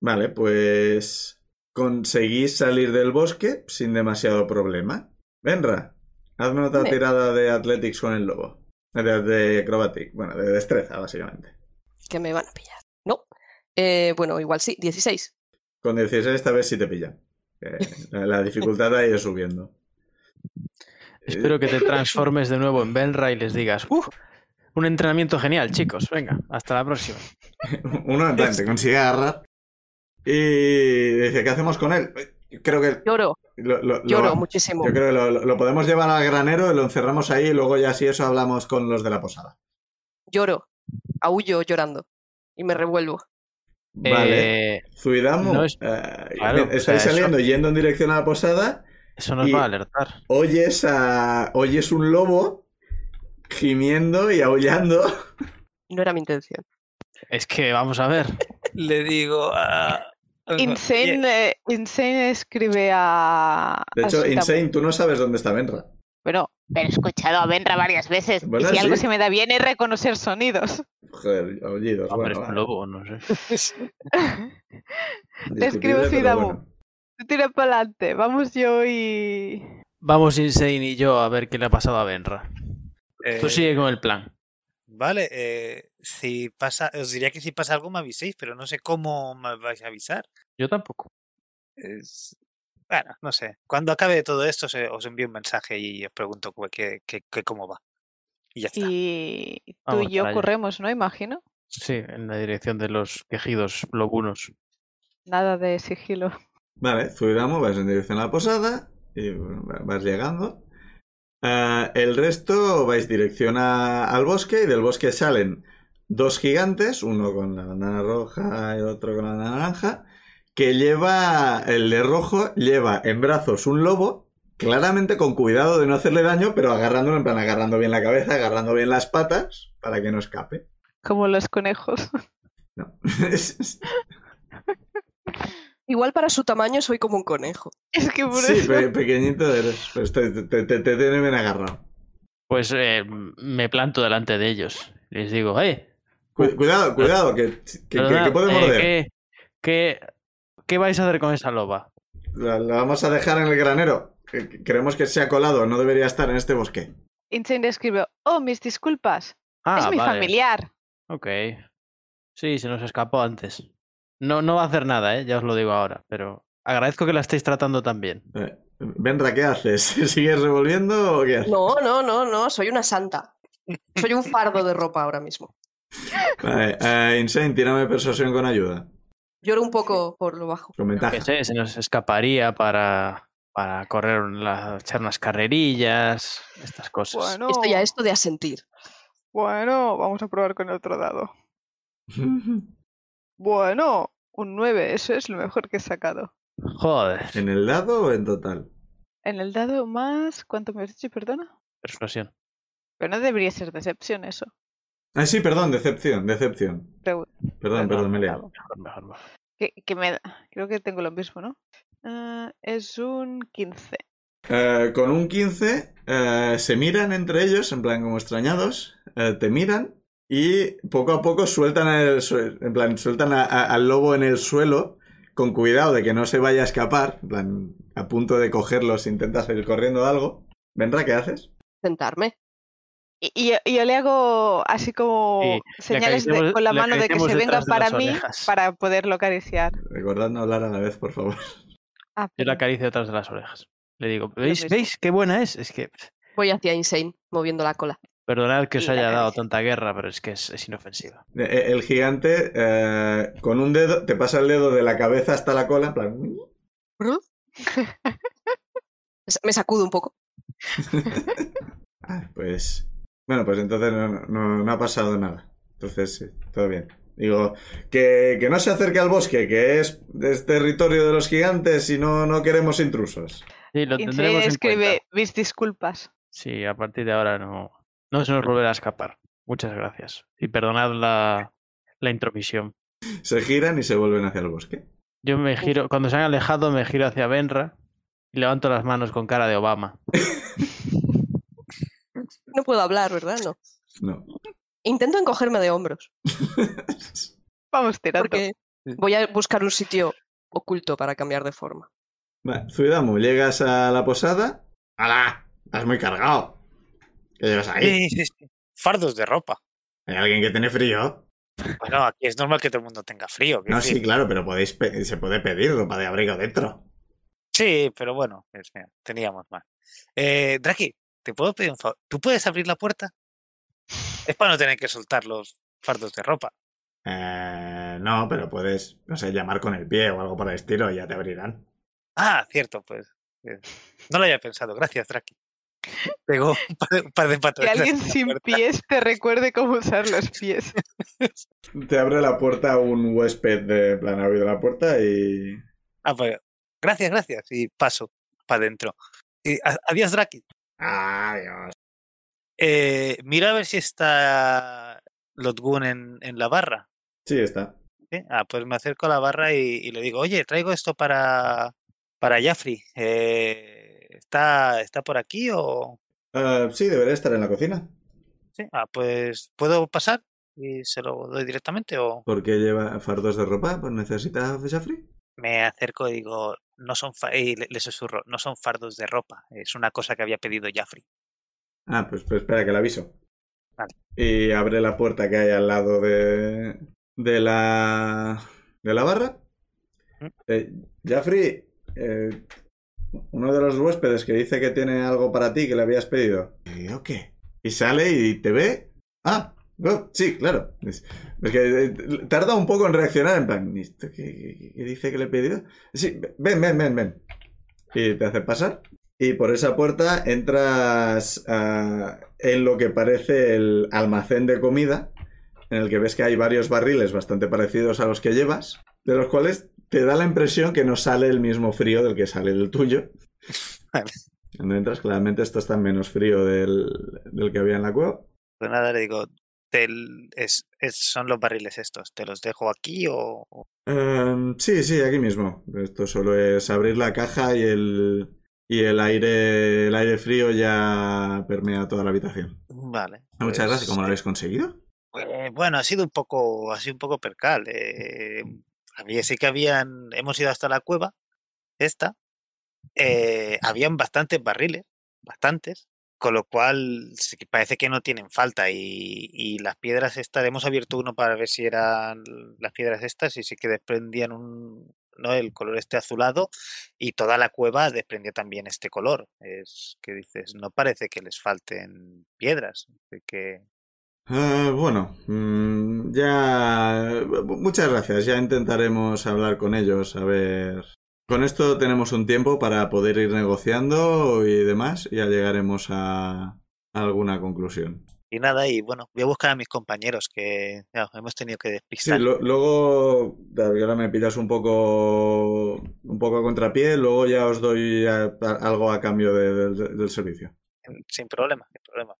S1: Vale, pues conseguís salir del bosque sin demasiado problema. Venra, hazme otra
S3: Bien.
S1: tirada de Athletics con el lobo. Eh, De, de Acrobatic, bueno, de destreza, básicamente.
S3: Que me van a pillar. No. Eh, bueno, igual sí, 16.
S1: Con 16 esta vez sí te pilla. Eh, la, la dificultad ha ido subiendo.
S2: Espero que te transformes de nuevo en Benra y les digas, uff, un entrenamiento genial, chicos. Venga, hasta la próxima.
S1: Uno en plan, te consigue agarrar. Y dice, ¿qué hacemos con él? Yo Creo que
S3: Lloro,
S1: lo, lo- lo-
S3: lloro muchísimo.
S1: yo creo que lo, lo- lo podemos llevar al granero y lo encerramos ahí y luego ya si eso hablamos con los de la posada.
S3: Lloro. Aullo llorando. Y me revuelvo.
S1: Vale.
S2: Eh,
S1: Zuidamu,
S2: no es-
S1: eh,
S2: claro, o
S1: estáis
S2: sea, eso-
S1: saliendo yendo en dirección a la posada,
S2: eso nos
S1: Y-
S2: va a alertar.
S1: oyes a oyes un lobo gimiendo y aullando.
S3: No era mi intención.
S2: Es que vamos a ver.
S5: Le digo a.
S4: Insane, eh, Insane escribe a...
S1: De
S4: a
S1: hecho,
S4: Shintamu.
S1: Insane, tú no sabes dónde está Benra.
S4: Bueno, pero he escuchado a Benra varias veces. y
S1: Bueno,
S4: si algo
S1: ¿Ah, sí.
S4: se me da bien es reconocer sonidos.
S1: Joder, aullidos.
S2: Hombre,
S1: Pues bueno,
S2: es un
S1: va.
S2: lobo, no sé.
S1: Discutible,
S4: escribo
S1: pero
S4: Zuidamu.
S1: bueno.
S4: Tú tira para adelante. Vamos yo y...
S2: Vamos Insane y yo a ver qué le ha pasado a Benra. Tú
S5: Eh,
S2: sigue con el plan.
S5: Vale, eh, si pasa, os diría que si pasa algo me aviséis, pero no sé cómo me vais a avisar.
S2: Yo tampoco.
S5: Es- Bueno, no sé. Cuando acabe todo esto, se- os envío un mensaje y os pregunto cu- qué- qué- qué- cómo va. Y ya está.
S4: Y tú
S2: Vamos
S4: y yo
S2: para allá.
S4: corremos, ¿no? Imagino.
S2: Sí, en la dirección de los quejidos lobunos.
S4: Nada de sigilo.
S1: Vale, Zuidamo, vas en dirección a la posada y bueno, va- vas llegando. Ah, el resto vais dirección a- al bosque y del bosque salen dos gigantes, uno con la bandana roja y otro con la bandana naranja, que lleva, el de rojo lleva en brazos un lobo, claramente con cuidado de no hacerle daño, pero agarrándolo, en plan agarrando bien la cabeza, agarrando bien las patas para que no escape.
S4: Como los conejos.
S1: No.
S3: Igual para su tamaño soy como un conejo.
S4: Es que por
S1: sí,
S4: eso...
S1: pe- pequeñito eres, pero te, te, te- te tiene bien agarrado.
S2: Pues eh, m- me planto delante de ellos. Les digo, eh,
S1: Cu- Cuidado, cuidado, que, que, que-
S2: perdonad,
S1: que puede
S2: eh,
S1: morder.
S2: ¿qué- qué, qué vais a hacer con esa loba?
S1: La, la vamos a dejar en el granero. Eh, Que- que Creemos que se ha colado, no debería estar en este bosque.
S4: Insane escribe, oh, mis disculpas.
S2: Ah,
S4: es mi
S2: vale.
S4: familiar.
S2: Ok. Sí, se nos escapó antes. No, no va a hacer nada, ¿eh? ya os lo digo ahora, pero agradezco que la estéis tratando tan bien.
S1: Eh, Benra, ¿qué haces? ¿Sigues revolviendo o qué haces?
S3: No, no, no, no. Soy una santa. Soy un fardo de ropa ahora mismo.
S1: Vale, eh, Insane, tírame persuasión con ayuda.
S3: Lloro un poco por lo bajo.
S1: Con
S2: Que
S1: ventaja.
S2: sé, se nos escaparía para, para correr, la- echar unas carrerillas, estas cosas.
S4: Bueno,
S3: Esto ya, esto de asentir.
S4: bueno, vamos a probar con el otro dado. Bueno, un 9, eso es lo mejor que he sacado.
S2: Joder,
S1: ¿En el lado o en total?
S4: En el dado más, ¿cuánto me has dicho? Perdona.
S2: persuasión.
S4: Pero no debería ser decepción eso.
S1: Ah, sí, perdón, decepción, decepción.
S4: Pero-
S1: Perdón,
S2: Perdón,
S1: perdón, me he liado.
S4: dado.
S2: Mejor, mejor, mejor.
S4: Que, que me da. Creo que tengo lo mismo, ¿no? Ah, es un 15.
S1: Eh, con un 15 eh, se miran entre ellos, en plan como extrañados, eh, te miran y poco a poco sueltan, el, sue- en plan, sueltan a- a- al lobo en el suelo con cuidado de que no se vaya a escapar, en plan, a punto de cogerlo si intentas salir corriendo o algo. Vendrá, ¿qué haces?
S3: Sentarme.
S4: Y, y yo, y yo le hago así como
S2: Sí,
S4: señales de-
S2: acariciamos-
S4: con la
S2: le
S4: mano de que
S2: acariciamos
S4: se venga
S2: detrás de
S4: para
S2: las
S4: mí
S2: orejas.
S4: para poderlo acariciar.
S1: Recordad no hablar a la vez, por favor.
S4: Ah,
S2: Yo la
S4: perdón.
S2: acaricio detrás de las orejas. Le digo, ¿veis,
S4: mismo.
S2: ¿veis qué buena es? Es que, pff,
S3: Voy hacia Insane, moviendo la cola.
S2: perdonad que os
S4: Y la
S2: haya dado
S4: acaricio.
S2: tanta guerra, pero es que es, es inofensiva.
S1: Eh, eh, El gigante eh, con un dedo, te pasa el dedo de la cabeza hasta la cola, en plan,
S3: Me sacudo un poco.
S1: Ah, pues. Bueno, pues entonces no, no- no ha pasado nada. Entonces, sí, todo bien. Digo, que, que no se acerque al bosque, que es, es territorio de los gigantes y no, no queremos intrusos.
S2: Sí, lo
S4: Insane
S2: tendremos en
S4: escribe
S2: cuenta.
S4: mis disculpas.
S2: Sí, a partir de ahora no, no se nos volverá a escapar. Muchas gracias. Y perdonad la, la intromisión.
S1: Se giran y se vuelven hacia el bosque.
S2: Yo me giro, cuando se han alejado, me giro hacia Benra y levanto las manos con cara de Obama.
S3: No puedo hablar, ¿verdad? No.
S1: No.
S3: Intento encogerme de hombros,
S4: Vamos tirando.
S3: porque
S2: Sí.
S3: voy a buscar un sitio oculto para cambiar de forma.
S1: Va, Zuidamu, llegas a la posada. ¡Hala! Estás muy cargado. ¿Qué llevas ahí?
S5: Sí, sí, sí. Fardos de ropa.
S1: ¿Hay alguien que tiene frío?
S5: Bueno, aquí es normal que todo el mundo tenga frío. quiero
S1: No, sí,
S5: decir.
S1: claro, pero podéis pe- se puede pedir ropa de abrigo dentro.
S5: Sí, pero bueno, pues mira, teníamos más. Eh, Draki, ¿te puedo pedir un favor? ¿Tú puedes abrir la puerta? Es para no tener que soltar los fardos de ropa.
S1: Eh, no, pero puedes, no sé, llamar con el pie o algo por el estilo y ya te abrirán.
S5: Ah, cierto, pues. eh, No lo había pensado. Gracias, Draki. Pegó un par de, un par de
S4: Que
S5: patadas
S4: alguien
S5: en la
S4: sin
S5: puerta.
S4: pies te recuerde cómo usar los pies.
S1: Te abre la puerta un huésped de en plan ha abierto la puerta y.
S5: Ah, pues, gracias, gracias. Y paso para adentro. Y a- adiós, Draki.
S1: Adiós.
S5: Eh, mira a ver si está Lotgun en, en la barra.
S1: Sí, está.
S5: ¿sí? Ah, pues me acerco a la barra y, y le digo, oye, traigo esto para, para Jaffrey. Eh, ¿está, ¿Está por aquí o...?
S1: Eh, sí, debería estar en la cocina.
S5: sí? Ah, pues puedo pasar y se lo doy directamente o
S1: ¿Por qué lleva fardos de ropa? ¿Pues necesita Jeffrey?
S5: me acerco y digo, no son... fa- Y le, le susurro, no son fardos de ropa. Es una cosa que había pedido Jaffrey.
S1: Ah, pues, pues espera que le aviso.
S5: Vale.
S1: Y abre la puerta que hay al lado de. de la. de la barra.
S5: Ujú.
S1: Eh, Jeffrey, eh, uno de los huéspedes que dice que tiene algo para ti que le habías pedido. ¿Y yo qué? Y sale y te ve. Ah, no, sí, claro. Es, es que eh, tarda un poco en reaccionar, en plan, ¿esto ¿qué, qué- qué dice que le he pedido? Sí, ven, ven, ven, ven. Y te hace pasar. Y por esa puerta entras ah, en lo que parece el almacén de comida, en el que ves que hay varios barriles bastante parecidos a los que llevas, de los cuales te da la impresión que no sale el mismo frío del que sale el tuyo.
S5: Vale.
S1: Cuando entras, claramente esto está menos frío del, del que había en la cueva.
S5: Pues nada, le digo, "Tel- es, es- son los barriles estos. ¿Te los dejo aquí o...? o-?"
S1: Em, sí, sí, aquí mismo. Esto solo es abrir la caja y el, y el aire el aire frío ya permea toda la habitación.
S5: Vale.
S1: Muchas gracias.
S5: pues,
S1: ¿Cómo lo habéis conseguido?
S5: Eh, bueno, ha sido un poco, así un poco percal. eh, había, sí que habían, hemos ido hasta la cueva, esta. eh, habían bastantes barriles, bastantes, con lo cual sí que parece que no tienen falta. Y, y las piedras estas, hemos abierto uno para ver si eran las piedras estas y sí que desprendían un, ¿no? el color este azulado y toda la cueva desprendía también este color. Es que dices, no parece que les falten piedras, así que
S1: Ah, bueno, mm, ya... Muchas gracias, ya intentaremos hablar con ellos, a ver... Con esto tenemos un tiempo para poder ir negociando y demás, y ya llegaremos a a alguna conclusión.
S5: Y nada, y bueno, voy a buscar a mis compañeros que claro, hemos tenido que
S1: Sí,
S5: despistar.
S1: lo- luego, claro, que ahora me pillas un poco, un poco a contrapié, luego ya os doy a- a- algo a cambio de- de- del servicio.
S5: Sin problema, sin problema.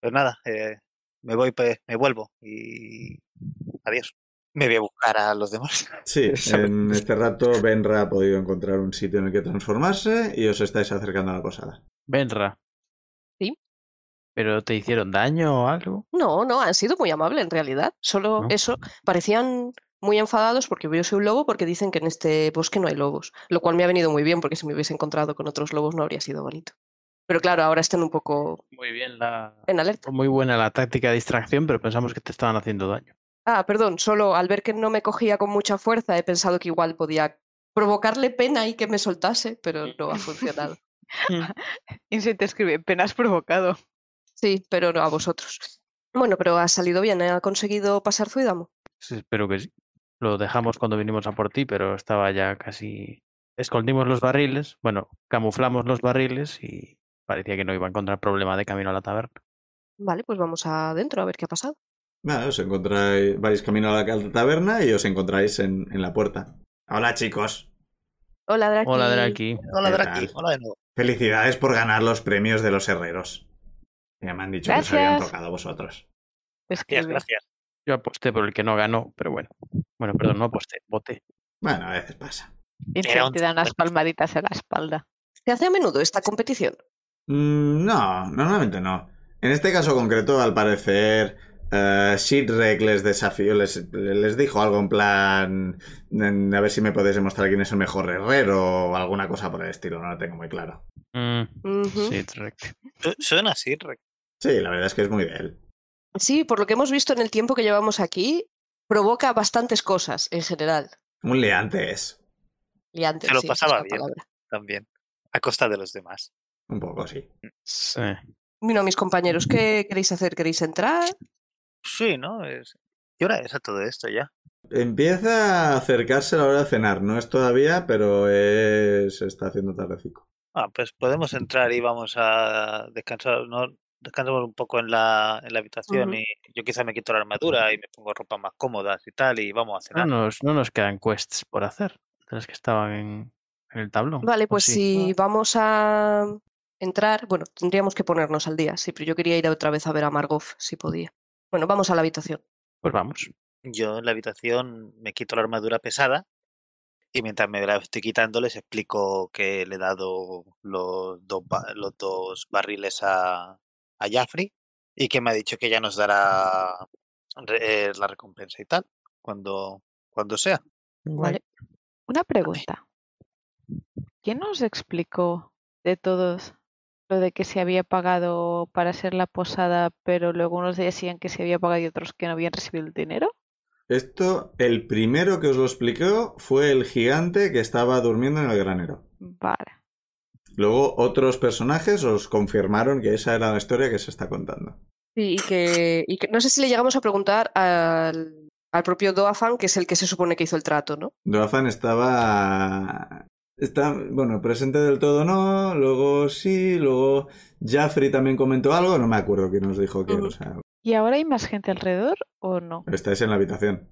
S5: Pues nada, eh, me voy, pues, me vuelvo y adiós. Me voy a buscar a los demás.
S1: Sí,
S5: Exacto.
S1: en este rato Benra ha podido encontrar un sitio en el que transformarse y os estáis acercando a la posada.
S2: Benra.
S3: Sí.
S2: ¿Pero te hicieron daño o algo?
S3: No, no, han sido muy amables en realidad. Solo
S2: ¿No?
S3: eso, parecían muy enfadados porque yo soy un lobo porque dicen que en este bosque no hay lobos, lo cual me ha venido muy bien porque si me hubiese encontrado con otros lobos no habría sido bonito. Pero claro, ahora están un poco
S2: Muy bien la...
S3: en alerta.
S2: Muy buena la táctica de distracción, pero pensamos que te estaban haciendo daño.
S3: Ah, perdón, solo al ver que no me cogía con mucha fuerza he pensado que igual podía provocarle pena y que me soltase, pero no ha funcionado.
S4: Insane te escribe, penas provocado.
S3: Sí, pero no a vosotros. Bueno, pero ha salido bien, ¿eh? ha conseguido pasar Zuidamo.
S2: Sí, Espero que sí. Lo dejamos cuando vinimos a por ti, pero estaba ya casi... Escondimos los barriles, bueno, camuflamos los barriles y parecía que no iba a encontrar problema de camino a la taberna.
S3: Vale, pues vamos adentro a ver qué ha pasado.
S1: Nada, os encontráis, vais camino a la taberna y os encontráis en, en la puerta. Hola chicos,
S3: Hola, Draki.
S2: Hola, Draki.
S5: Hola,
S1: ¿Qué
S5: Draki.
S1: tal?
S5: Hola de nuevo.
S1: felicidades por ganar los premios de los herreros. Ya me han dicho que os habían
S4: Gracias.
S1: tocado vosotros.
S4: Te
S5: Gracias,
S4: escribe.
S5: gracias.
S2: Yo aposté por el que no ganó, pero bueno. Bueno, perdón, no aposté, voté.
S1: Bueno, a veces pasa.
S4: Insane
S5: un
S4: te da unas
S5: 50.
S4: palmaditas en la espalda.
S3: ¿Se hace a menudo esta competición?
S1: Mm, No, normalmente no. En este caso concreto, al parecer, eh, Shitrek les desafió, les, les dijo algo en plan, "Mm, a ver si me podéis demostrar quién es el mejor herrero o alguna cosa por el estilo, no lo tengo muy claro.
S2: Mm,
S3: Ujú.
S2: Sí, correcto.
S5: Su- Suena así, Rick.
S1: Sí, la verdad es que es muy de él.
S3: Sí, por lo que hemos visto en el tiempo que llevamos aquí, provoca bastantes cosas en general.
S1: Un liante es,
S3: Y antes,
S5: Se lo
S3: sí, esa es
S5: pasaba
S3: la
S5: bien.
S3: palabra.
S5: también. A costa de los demás.
S1: un poco, sí.
S2: Sí.
S3: Bueno, mis compañeros, ¿qué queréis hacer? ¿Queréis entrar?
S5: Sí, ¿no? Es... ¿Qué hora es a todo esto ya?
S1: Empieza a acercarse la hora de cenar, no es todavía, pero es, se está haciendo tardecico.
S5: Ah, pues podemos entrar y vamos a descansar, ¿no? Descansamos un poco en la, en la habitación
S3: Ujú.
S5: y yo quizá me quito la armadura y me pongo ropa más cómoda y tal y vamos a
S2: No
S5: cenar.
S2: nos, no nos quedan quests por hacer, de las que estaban en, en el tablón.
S3: Vale,
S2: ¿o
S3: pues
S2: sí?
S3: si vamos a entrar, bueno, tendríamos que ponernos al día, sí, pero yo quería ir otra vez a ver a Margot, si podía. Bueno, vamos a la habitación.
S2: Pues vamos.
S5: Yo en la habitación me quito la armadura pesada y mientras me la estoy quitando les explico que le he dado los dos, ba- los dos barriles a, a Jaffrey y que me ha dicho que ya nos dará re- eh, la recompensa y tal cuando, cuando sea.
S3: Vale.
S4: Una pregunta. ¿Quién nos explicó de todos lo de que se había pagado para hacer la posada, pero luego unos decían que se había pagado y otros que no habían recibido el dinero?
S1: Esto, el primero que os lo explicó fue el gigante que estaba durmiendo en el granero.
S4: Vale.
S1: Luego otros personajes os confirmaron que esa era la historia que se está contando.
S3: Sí, y que, y que- no sé si le llegamos a preguntar al, al propio Doafan, que es el que se supone que hizo el trato, ¿no?
S1: Doazan estaba... Está, bueno, presente del todo no, luego sí, luego Jaffrey también comentó algo, no me acuerdo quién nos dijo que,
S3: Ujú.
S1: o sea,
S4: ¿Y ahora hay más gente alrededor o no?
S1: estáis en la habitación.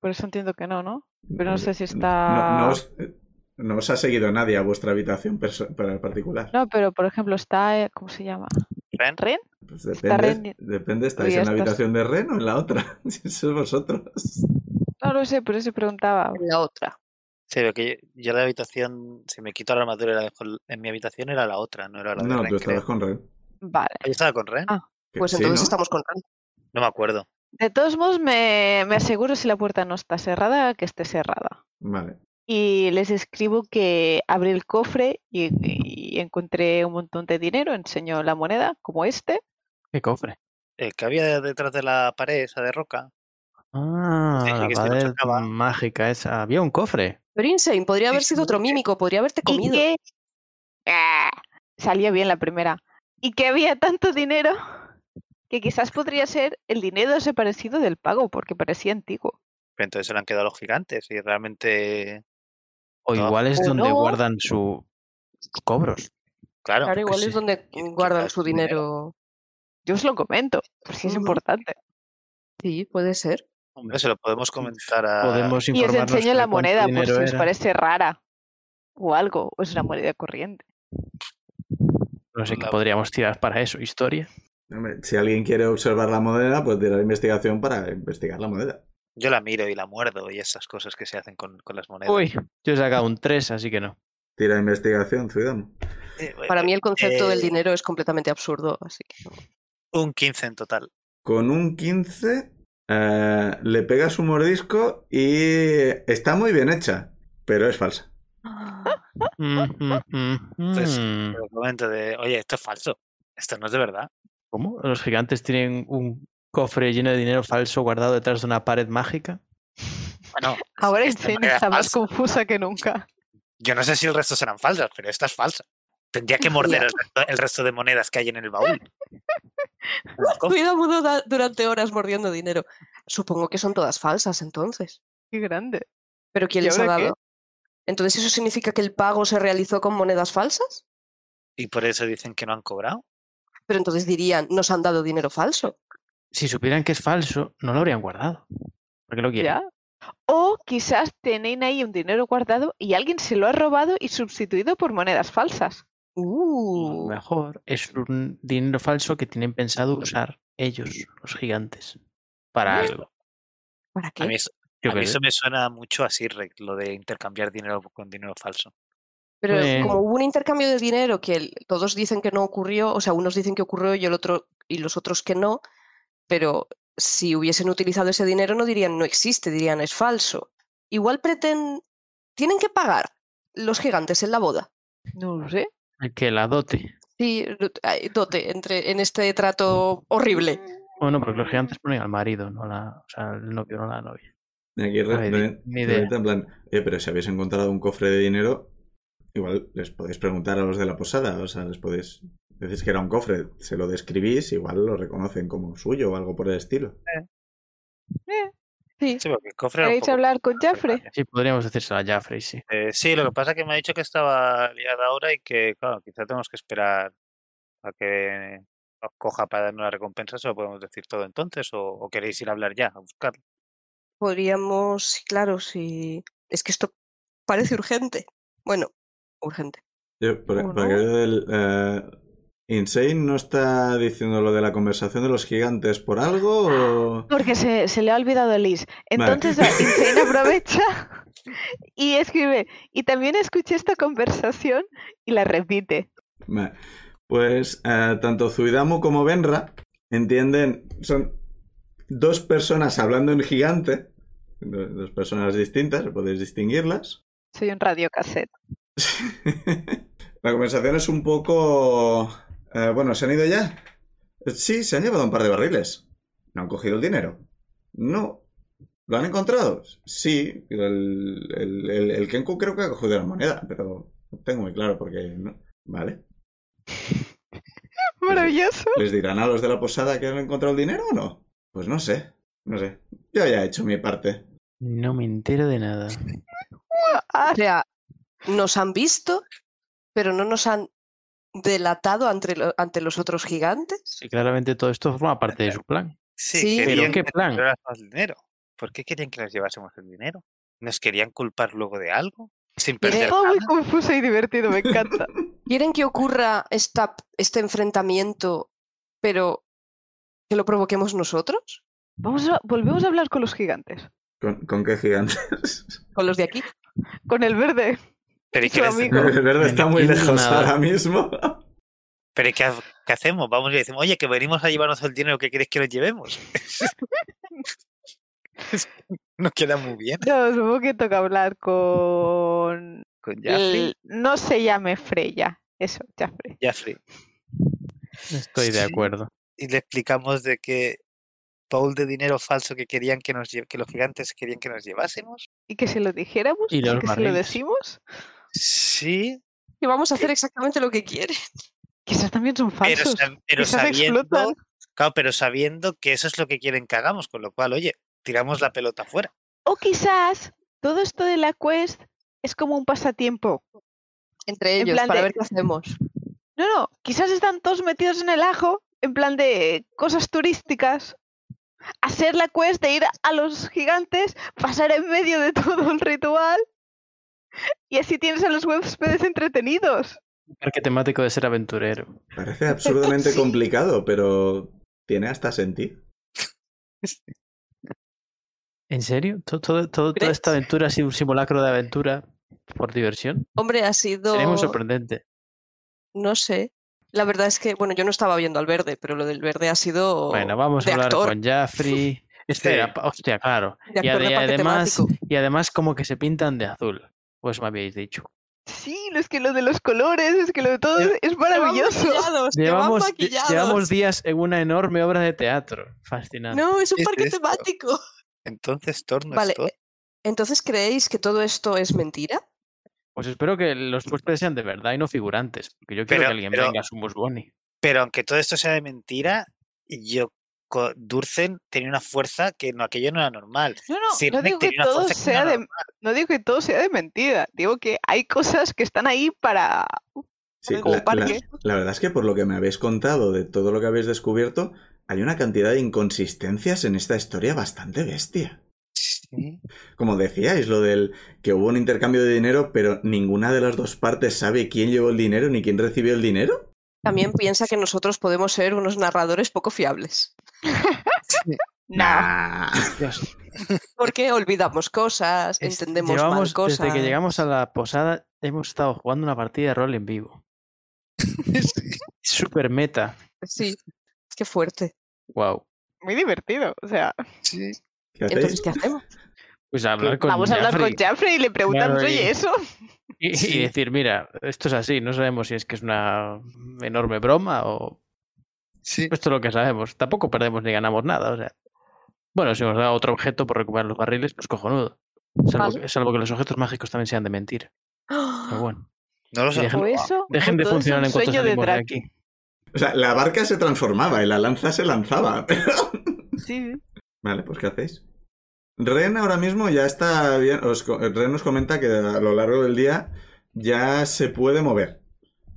S4: Por eso entiendo que no, ¿no? Pero no sé si
S1: No,
S4: está...
S1: no os, eh, no os ha seguido nadie a vuestra habitación perso- para- particular.
S4: No, pero por ejemplo está... eh, ¿Cómo se llama?
S5: Ren,
S4: ¿Ren?
S1: Pues
S4: está
S1: depende,
S4: rendi-
S1: depende, estáis en
S4: Uy,
S1: la
S4: estás-
S1: habitación de Ren o en la otra, si sois vosotros.
S4: No lo sé, por eso preguntaba.
S3: En la otra.
S5: Sí, pero que yo, yo la habitación, si me quito la armadura y la dejo en mi habitación, era la otra, no era la de
S1: No,
S5: Ren,
S1: tú estabas
S5: creo.
S1: con Ren.
S4: Vale.
S5: Ah, ¿Yo estaba con Ren?
S4: Ah.
S1: Que-
S3: Pues
S1: sí,
S3: entonces
S1: ¿no?
S3: estamos con Ren.
S5: No me acuerdo.
S4: De todos modos me, me aseguro si la puerta no está cerrada, que esté cerrada.
S1: Vale.
S4: y les escribo que abrí el cofre y, y encontré un montón de dinero, enseño la moneda como este.
S2: ¿Qué cofre?
S5: El que había detrás de la pared, esa de roca.
S2: Ah,
S5: dije
S2: la
S5: que si lo
S2: pared
S5: sacaba-
S2: mágica esa. Había un cofre.
S3: Pero Insane, podría
S5: Sí,
S3: haber sido otro
S5: seguro que-
S3: mímico, podría haberte
S4: Y
S3: comido.
S4: que ¡Ah! salía bien la primera. Y que había tanto dinero que quizás podría ser el dinero desaparecido del pago, porque parecía antiguo.
S5: Pero entonces se lo han quedado los gigantes y realmente,
S2: O
S5: No.
S2: igual es
S4: O
S2: donde
S4: no.
S2: guardan su- sus cobros.
S5: claro.
S3: Claro,
S5: yo qué
S3: igual es
S5: sé.
S3: donde
S5: Yo- yo
S3: guardan
S5: creo
S3: su
S5: que es dinero.
S3: dinero.
S4: Yo os lo comento, por si es
S3: Ujú.
S2: Mm,
S4: importante.
S3: Sí, puede ser.
S5: Hombre, se lo podemos comentar a...
S2: Podemos
S4: Ah, Y os
S2: informarnos
S4: enseño
S2: de
S4: la
S2: cuánto
S4: moneda por
S2: dinero
S4: si os
S2: era.
S4: parece rara o algo, o es una moneda corriente.
S2: No sé qué
S5: La-
S2: podríamos tirar para eso, historia.
S1: Hombre, si alguien quiere observar la moneda, pues tirar investigación para investigar la moneda.
S5: Yo la miro y la muerdo y esas cosas que se hacen con, con las monedas.
S2: Uy, yo he sacado un 3, así que no.
S1: Tira investigación, Zuidamo.
S5: Eh, bueno,
S3: Para mí el concepto del
S5: eh,
S3: dinero es completamente absurdo, así que no.
S5: Un 15 en total.
S1: Con un 15 eh, le pegas un mordisco y está muy bien hecha, pero es falsa.
S2: Mm, mm, mm,
S5: Pues-
S2: mm.
S5: Pero comento de, oye, esto es falso. Esto no es de verdad.
S2: ¿Cómo? ¿Los gigantes tienen un cofre lleno de dinero falso guardado detrás de una pared mágica?
S5: Bueno,
S4: Ahora
S5: esta
S4: Insane
S5: moneda es
S4: está más
S5: falsa.
S4: confusa que nunca.
S5: Yo no sé si el resto serán falsas, pero esta es falsa. Tendría que morder el resto, el resto de monedas que hay en el baúl. En el cofre.
S3: Cuida mudo da- durante horas mordiendo dinero. Supongo que son todas falsas entonces.
S4: Qué grande.
S3: ¿Pero quién
S4: ¿Y
S3: les ha
S4: ahora qué?
S3: dado? Entonces, ¿eso significa que el pago se realizó con monedas falsas?
S5: Y por eso dicen que no han cobrado.
S3: Pero entonces dirían, nos han dado dinero falso.
S2: Si supieran que es falso, no lo habrían guardado. ¿Por qué lo quieren?
S4: ¿Ya? O quizás tenéis ahí un dinero guardado y alguien se lo ha robado y sustituido por monedas falsas.
S2: A lo
S3: Uh,
S2: mejor es un dinero falso que tienen pensado usar ellos, los gigantes, para
S5: Mm.
S2: algo.
S3: ¿Para
S5: A mí,
S3: qué?
S5: eso,
S2: Yo
S5: a
S2: qué
S5: mí
S2: sé.
S5: eso me suena mucho así, lo de intercambiar dinero con dinero falso.
S3: Pero
S2: Eh,
S3: como hubo un intercambio de dinero que el- todos dicen que no ocurrió, o sea, unos dicen que ocurrió y el otro y los otros que no, pero si hubiesen utilizado ese dinero no dirían no existe, dirían es falso. Igual pretenden tienen que pagar los gigantes en la boda.
S4: No lo sé.
S2: el que la dote.
S3: Sí, lo- ay, dote entre en este trato horrible.
S2: Bueno, porque los gigantes ponen al marido, no la, o sea, el novio, no la novia.
S1: Y Aquí
S2: ver,
S1: Ren-
S2: ni- ni
S1: Ren-
S2: idea.
S1: en plan, "Oye, pero si habéis encontrado un cofre de dinero, igual les podéis preguntar a los de la posada, o sea, les podéis decís que era un cofre, se lo describís, igual lo reconocen como suyo o algo por el estilo.
S3: Sí.
S5: Sí, porque el cofre era un
S4: ¿Queréis
S5: poco-
S4: Eh, hablar con Jeffrey?
S2: Sí, podríamos decírselo a Jaffrey, sí.
S5: Eh, sí, lo que pasa es que me ha dicho que estaba liada ahora y que, claro, quizá tenemos que esperar a que os coja para darnos la recompensa, se lo podemos decir todo entonces, o, o queréis ir a hablar ya, a buscarlo.
S3: Podríamos, sí, claro, sí. Es que esto parece urgente. Bueno, urgente.
S1: Yo, por,
S4: ¿O
S1: por
S4: no?
S1: aquello del, eh, Insane no está diciendo lo de la conversación de los gigantes por algo o...
S4: Porque se, se le ha olvidado a Liz. Entonces a- Insane aprovecha y escribe. Y también escuché esta conversación y la repite.
S1: Vale. Pues eh, tanto Zuidamu como Benra entienden, son dos personas hablando en gigante, do- dos personas distintas, podéis distinguirlas.
S4: Soy un radiocassette.
S1: La conversación es un poco... eh, bueno, ¿se han ido ya? Sí, se han llevado un par de barriles. ¿No han cogido el dinero? No. ¿Lo han encontrado? Sí, el, el, el- el Kenku creo que ha cogido la moneda, pero no tengo muy claro porque no. Vale.
S4: Maravilloso.
S1: ¿Les dirán a los de la posada que han encontrado el dinero o no? Pues no sé, no sé. Yo ya he hecho mi parte.
S2: No me entero de nada.
S4: Ah,
S3: O sea, nos han visto, pero no nos han delatado ante, lo- ante los otros gigantes.
S2: Sí, claramente todo esto forma parte de su plan.
S3: Sí.
S2: Pero
S5: querían
S2: qué
S5: que
S2: plan.
S5: lleváramos el dinero. ¿Por qué querían que les llevásemos el dinero? ¿Nos querían culpar luego de algo? Sin
S3: Mire,
S5: perder
S4: todo muy
S5: nada.
S4: confuso y divertido, me encanta.
S3: ¿Quieren que ocurra esta, este enfrentamiento, pero que lo provoquemos nosotros?
S4: Vamos a- volvemos a hablar con los gigantes.
S1: ¿Con, con qué gigantes?
S3: Con los de aquí.
S4: Con el verde.
S5: ¿Pero y
S4: su
S5: qué les-
S4: amigo.
S1: El verde está muy
S2: entiendo
S1: lejos
S2: nada.
S1: ahora mismo.
S5: pero y qué, ha- qué hacemos? Vamos y le decimos, oye, que venimos a llevarnos el dinero, ¿qué queréis que nos llevemos? Es que Nos queda muy bien.
S4: No, supongo que toca hablar con.
S5: Con Jaffrey.
S4: el- No se llame Freya. Eso, Jaffrey.
S5: Jaffrey.
S2: Estoy de
S5: Sí.
S2: acuerdo.
S5: y le explicamos de que baúl de dinero falso que querían que nos lle- que los gigantes querían que nos llevásemos.
S4: Y que se lo dijéramos.
S2: Y los
S4: que se lo
S2: barriles.
S4: decimos.
S5: Sí,
S3: Que vamos a hacer exactamente lo que quieren.
S4: Quizás también son
S5: pero,
S4: falsos.
S5: sab- pero
S4: Quizás
S5: sabiendo
S4: explotan.
S5: Claro, pero sabiendo que eso es lo que quieren que hagamos, con lo cual, oye, tiramos la pelota fuera.
S4: O quizás todo esto de la quest es como un pasatiempo.
S3: Entre
S4: En
S3: ellos,
S4: plan
S3: para
S4: de-
S3: ver qué hacemos.
S4: No, no, quizás están todos metidos en el ajo, en plan de cosas turísticas. Hacer la quest de ir a los gigantes, pasar en medio de todo un ritual. Y así tienes a los huéspedes entretenidos.
S2: Parque temático de ser aventurero.
S1: Parece absurdamente
S4: Sí.
S1: complicado, pero tiene hasta sentido.
S2: ¿En serio? ¿Todo, todo- todo- toda
S3: ¿Crees?
S2: esta aventura ha sido un simulacro de aventura por diversión?
S3: Hombre, ha sido.
S2: Sería muy sorprendente.
S3: No sé. La verdad es que, bueno, yo no estaba viendo al verde, pero lo del verde ha sido
S2: Bueno, vamos
S3: de
S2: a hablar
S3: actor.
S2: con Jaffrey. Espera,
S5: Sí.
S2: pa- hostia, claro.
S3: de
S2: Y,
S3: actor
S2: ade-
S3: de
S2: y
S3: parque
S2: además,
S3: temático.
S2: y además como que se pintan de azul. Pues me habéis dicho.
S4: Sí, no es que lo de los colores, es que lo de todo
S2: Lle-
S4: es
S3: Llevan
S4: maravilloso.
S3: maquillados, llevan
S2: Llevamos, lle-
S3: maquillados.
S2: llevamos días en una enorme obra de teatro. Fascinante.
S3: No, es un
S5: ¿Qué es
S3: parque
S5: esto?
S3: temático.
S5: Entonces, Torno
S3: Vale,
S5: es Thor.
S3: eh, entonces creéis que todo esto es mentira?
S2: Pues espero que los huéspedes sean de verdad y no figurantes. Porque yo quiero
S5: Pero-
S2: que alguien
S5: pero-
S2: venga a su musboni.
S5: Pero aunque todo esto sea de mentira, yo co- Durcen tenía una fuerza que no, aquello no era normal.
S4: No, no,
S5: Sí,
S4: no
S5: Rick
S4: digo que
S5: tenía una
S4: todo
S5: fuerza que no
S4: sea
S5: era
S4: de, no digo que todo sea de mentira, digo que hay cosas que están ahí para
S1: Sí,
S4: Como
S1: la, la-
S4: parque.
S1: la verdad es que por lo que me habéis contado de todo lo que habéis descubierto, hay una cantidad de inconsistencias en esta historia bastante bestia.
S5: Sí.
S1: Como decíais, lo del que hubo un intercambio de dinero, pero ninguna de las dos partes sabe quién llevó el dinero ni quién recibió el dinero.
S3: También piensa que nosotros podemos ser unos narradores poco fiables.
S4: nada.
S1: Nah.
S2: Dios,
S3: Porque olvidamos cosas,
S2: es-
S3: entendemos mal
S2: llevamos-
S3: cosas.
S2: Desde
S4: ¿eh?
S2: que llegamos a la posada hemos estado jugando una partida de rol en vivo. Super meta.
S3: Sí, qué fuerte.
S2: Wow.
S4: Muy divertido, o sea,
S1: ¿Qué
S3: Entonces,
S1: hacéis?
S3: ¿qué hacemos?
S2: Pues hablar con
S4: vamos a hablar
S2: Jaffrey
S4: con Jaffrey y le preguntamos,
S2: Claro, y-
S4: oye, eso.
S2: y, y
S5: Sí.
S2: decir, mira, esto es así, no sabemos si es que es una enorme broma o
S5: Sí.
S2: esto es lo que sabemos. Tampoco perdemos ni ganamos nada, o sea. Bueno, si nos da otro objeto por recuperar los barriles, pues cojonudo. Salvo,
S3: Vale.
S2: que- salvo que los objetos mágicos también sean de mentira. Pero bueno,
S5: No lo
S2: Sí, deja-
S5: sabemos.
S4: O eso.
S2: dejen
S4: o
S2: de
S4: Pues todo es
S2: funcionar
S4: un
S2: en cuanto
S4: sueño de
S2: salimos de
S4: Drake.
S2: aquí.
S1: O sea, la barca se transformaba y la lanza se lanzaba.
S4: Sí, sí.
S1: Vale, pues ¿qué hacéis? Ren ahora mismo ya está bien. os co- Ren nos comenta que a lo largo del día ya se puede mover.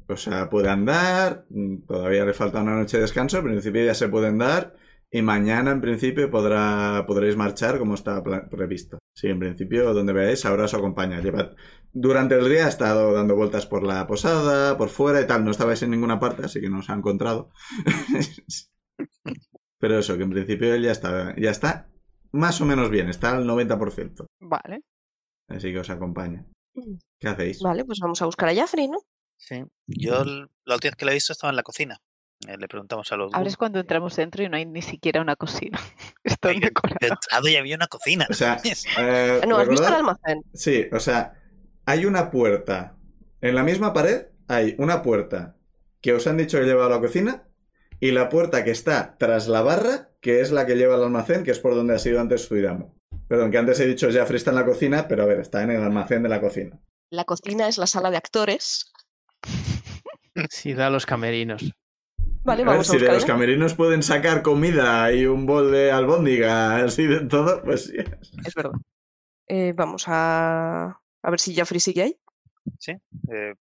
S1: O sea, puede andar. mm, Todavía le falta una noche de descanso. En principio ya se puede andar. Y mañana, en principio, podrá, podréis marchar como está pla- previsto. Sí, en principio, donde veáis, ahora os acompaña. Llevad- Durante el día ha estado dando vueltas por la posada, por fuera y tal. No estabais en ninguna parte, así que no os ha encontrado. Pero eso, que en principio él ya está, ya está más o menos bien, está al 90%.
S4: Vale.
S1: Así que os acompaña. ¿Qué hacéis?
S3: Vale, pues vamos a buscar a Jaffrey, ¿no?
S5: Sí. Yo l- la última vez que lo he visto estaba en la cocina. Eh, le preguntamos a los
S4: Ahora es
S5: Gu-
S4: cuando entramos dentro y no hay ni siquiera una cocina. Es todo
S5: Ay, yo- de
S4: decorado.
S5: entrado ya había una cocina.
S1: O sea,
S5: Es-
S1: eh,
S3: Ah, No, has visto el
S1: recordad-
S3: almacén.
S1: Sí, o sea, hay una puerta. En la misma pared hay una puerta que os han dicho que lleva a la cocina y la puerta que está tras la barra, que es la que lleva al almacén, que es por donde ha sido antes Zuidamo. Perdón, que antes he dicho Jeffrey está en la cocina, pero a ver, está en el almacén de la cocina.
S3: La cocina es la sala de actores.
S2: Sí, da los camerinos.
S3: Vale,
S1: a ver,
S3: vamos a
S1: si de
S3: buscar ¿eh? a
S1: los
S3: Jaffrey.
S1: camerinos pueden sacar comida y un bol de albóndiga, así de todo, pues sí.
S3: Es verdad. Eh, vamos a... a ver si Jaffrey sigue ahí.
S5: eh,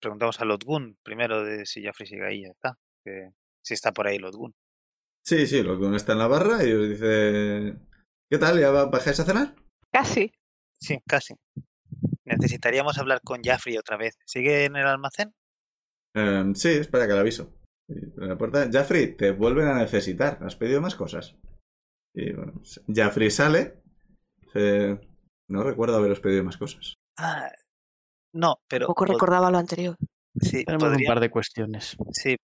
S5: preguntamos a Lotgun primero de si Jeffrey sigue ahí. Ya está. que si está por ahí Lotgun.
S1: Sí, sí, lo que uno está en la barra y os dice... ¿Qué tal? ¿Ya va- bajáis a cenar?
S4: Casi.
S5: Sí, casi. Necesitaríamos hablar con Jeffrey otra vez. ¿Sigue en el almacén?
S1: Em, sí, espera que le aviso. Y abre la puerta. Jaffrey, te vuelven a necesitar. Has pedido más cosas. Y bueno, s- Jaffrey sale. Eh, no recuerdo haberos pedido más cosas.
S5: Ah, no, pero.
S3: Poco
S5: pod-
S3: recordaba lo anterior.
S5: sí,
S2: Tenemos un
S5: podría-
S2: par de cuestiones.
S5: sí,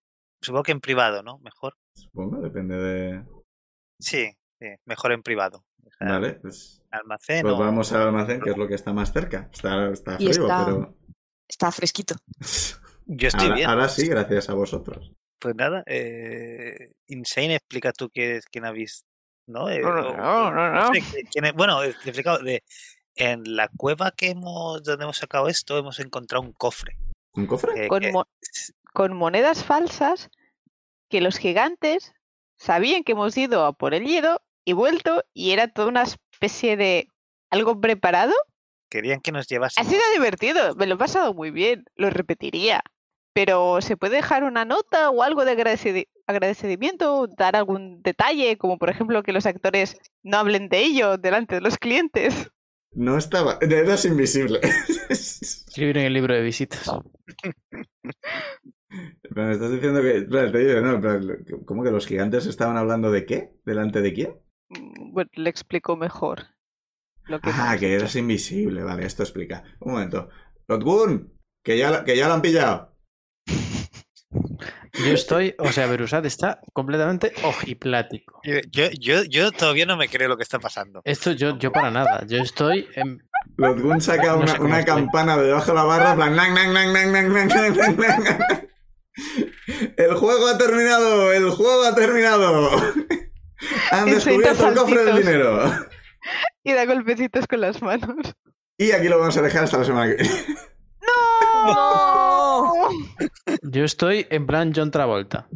S5: supongo que en privado, ¿no? Mejor.
S1: Supongo, depende de...
S5: Sí, sí, mejor en privado. O sea,
S1: Vale, pues,
S5: Almacén.
S1: pues
S5: o-
S1: vamos al almacén, que es lo que está más cerca. Está, está
S3: Y
S1: frío,
S3: está-
S1: pero...
S3: Está fresquito.
S5: Yo estoy
S1: Ahora,
S5: bien.
S1: ahora sí, gracias a vosotros.
S5: Pues nada, eh, Insane, explica tú quién es quién ha visto. No, Eh,
S4: No, no, no,
S5: o-
S4: no, no.
S5: sé qué- quién es- bueno, he explicado. de- en la cueva que hemos, donde hemos sacado esto, hemos encontrado un cofre.
S1: ¿Un cofre?
S5: eh,
S4: Con,
S5: que-
S4: mo- con monedas falsas que los gigantes sabían que hemos ido a por el hielo y vuelto y era toda una especie de algo preparado.
S5: Querían que nos
S4: Ha
S5: llevasen.
S4: sido divertido, me lo he pasado muy bien, lo repetiría. Pero ¿se puede dejar una nota o algo de agradecidi- agradecimiento? ¿Dar algún detalle? Como por ejemplo que los actores no hablen de ello delante de los clientes.
S1: No estaba. Eras invisible.
S2: Escribir en el libro de visitas.
S1: Pero me estás diciendo que. espera, te digo, no, pero, ¿Cómo que los gigantes estaban hablando de qué? ¿Delante de quién?
S4: Mm, Bueno, le explico mejor. Lo que
S1: Ah,
S4: más.
S1: que eras invisible. Vale, esto explica. Un momento. Lotgun, que ya, la- que ya lo han pillado.
S2: Yo estoy, o sea, Berusat está completamente ojiplático.
S5: Yo, yo, yo- yo todavía no me creo lo que está pasando.
S2: Esto yo, yo para nada. Yo estoy en-
S1: Lotgun saca
S2: No sé
S1: una,
S2: cómo
S1: una
S2: estoy.
S1: campana de debajo de la barra. en plan, nan, nan, nan, nan, nan, nan, nan, nan, nan, nan. El juego ha terminado. El juego ha terminado. Han
S4: Y
S1: descubierto el
S4: suelta
S1: cofre del
S4: saltitos.
S1: dinero.
S4: Y da golpecitos con las manos.
S1: Y aquí lo vamos a dejar hasta la semana que viene.
S4: 뭐.
S3: ¡No!
S2: yo estoy en plan John Travolta.